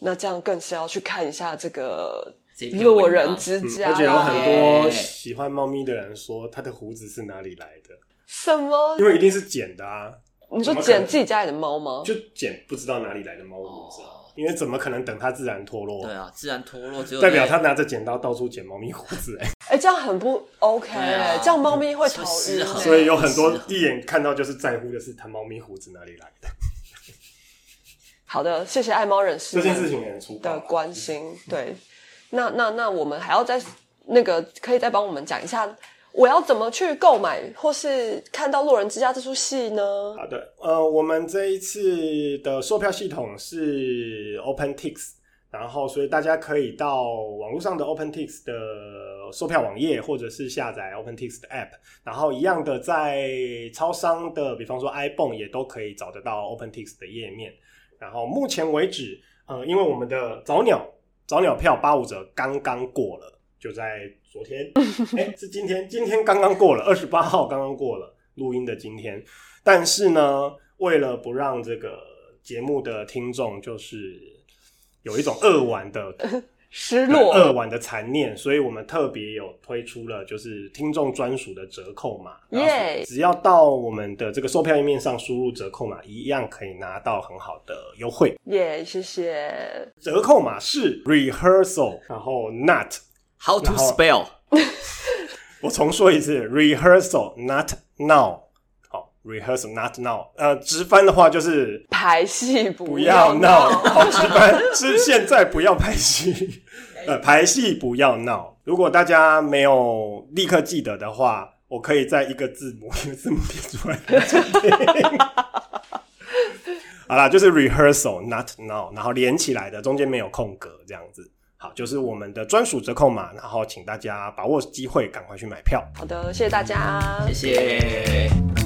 [SPEAKER 1] 那这样更是要去看一下这个
[SPEAKER 2] 这
[SPEAKER 1] 《
[SPEAKER 2] 篇
[SPEAKER 1] 落
[SPEAKER 2] 文章
[SPEAKER 1] 人之
[SPEAKER 3] 嗯
[SPEAKER 1] 家》
[SPEAKER 3] 而且有很
[SPEAKER 2] 哎
[SPEAKER 3] 多喜欢猫咪的人说，他的胡子是哪里来的？
[SPEAKER 1] 什么
[SPEAKER 3] 因？为一定是剪的啊，
[SPEAKER 1] 你说
[SPEAKER 3] 怎么可能
[SPEAKER 1] 捡自己家里的猫吗？
[SPEAKER 3] 就剪不知道哪里来的猫胡子啊
[SPEAKER 2] 哦，
[SPEAKER 3] 因为怎么可能等它自然脱落
[SPEAKER 2] 对？啊，自然脱落只有
[SPEAKER 3] 代表他
[SPEAKER 2] 在
[SPEAKER 3] 拿着剪刀到处剪猫咪胡子，哎，
[SPEAKER 1] 哎、这样很不 OK，、
[SPEAKER 2] 对啊
[SPEAKER 1] 这样猫咪会头晕、
[SPEAKER 2] 是失衡
[SPEAKER 3] 所以有很
[SPEAKER 2] 是
[SPEAKER 3] 多
[SPEAKER 2] 啊
[SPEAKER 3] 一眼看到就是在乎的是他猫咪胡子哪里来的
[SPEAKER 1] 好的，谢谢爱猫人士
[SPEAKER 3] 这件事情也很粗
[SPEAKER 1] 的
[SPEAKER 3] 暴啊。
[SPEAKER 1] 关心。对，那那那我们还要再那个，可以再帮我们讲一下，我要怎么去购买或是看到《路人之家》这出戏呢？
[SPEAKER 3] 好的，呃，我们这一次的售票系统是 OpenTix，然后所以大家可以到网络上的 OpenTix 的售票网页，或者是下载 OpenTix 的 App，然后一样的在超商的，比方说 iPhone 也都可以找得到 OpenTix 的页面。然后目前为止，呃，因为我们的早鸟早鸟票八五折刚刚过了，就在昨天，哎，是今天，今天刚刚过了，二十八号刚刚过了，录音的今天。但是呢，为了不让这个节目的听众就是有一种扼腕的
[SPEAKER 1] 失
[SPEAKER 3] 扼
[SPEAKER 1] (laughs) 落，
[SPEAKER 3] 腕的残念，所以我们特别有推出了就是听众专属的折扣码，
[SPEAKER 1] 耶
[SPEAKER 3] 然后只要到我们的这个售票页面上输入折扣码，一样可以拿到很好的优惠。
[SPEAKER 1] 耶、谢谢。
[SPEAKER 3] 折扣码是 rehearsal，然后 not。
[SPEAKER 2] How to
[SPEAKER 3] 然后
[SPEAKER 2] spell？
[SPEAKER 3] 我重说一次，rehearsal not now。好，rehearsal not now。呃，直翻的话就是
[SPEAKER 1] 排戏不
[SPEAKER 3] 不要闹，
[SPEAKER 1] 闹，
[SPEAKER 3] 好直白，是现在不要拍戏，呃，排戏不要闹。如果大家没有立刻记得的话，我可以在一个字母 (laughs) 一个字母拼出来给大家听。 (laughs) 好啦，就是 rehearsal not now，然后连起来的，中间没有空格，这样子。好，就是我们的专属折扣码，然后请大家把握机会，赶快去买票。
[SPEAKER 1] 好的，谢谢大家，
[SPEAKER 2] 谢谢。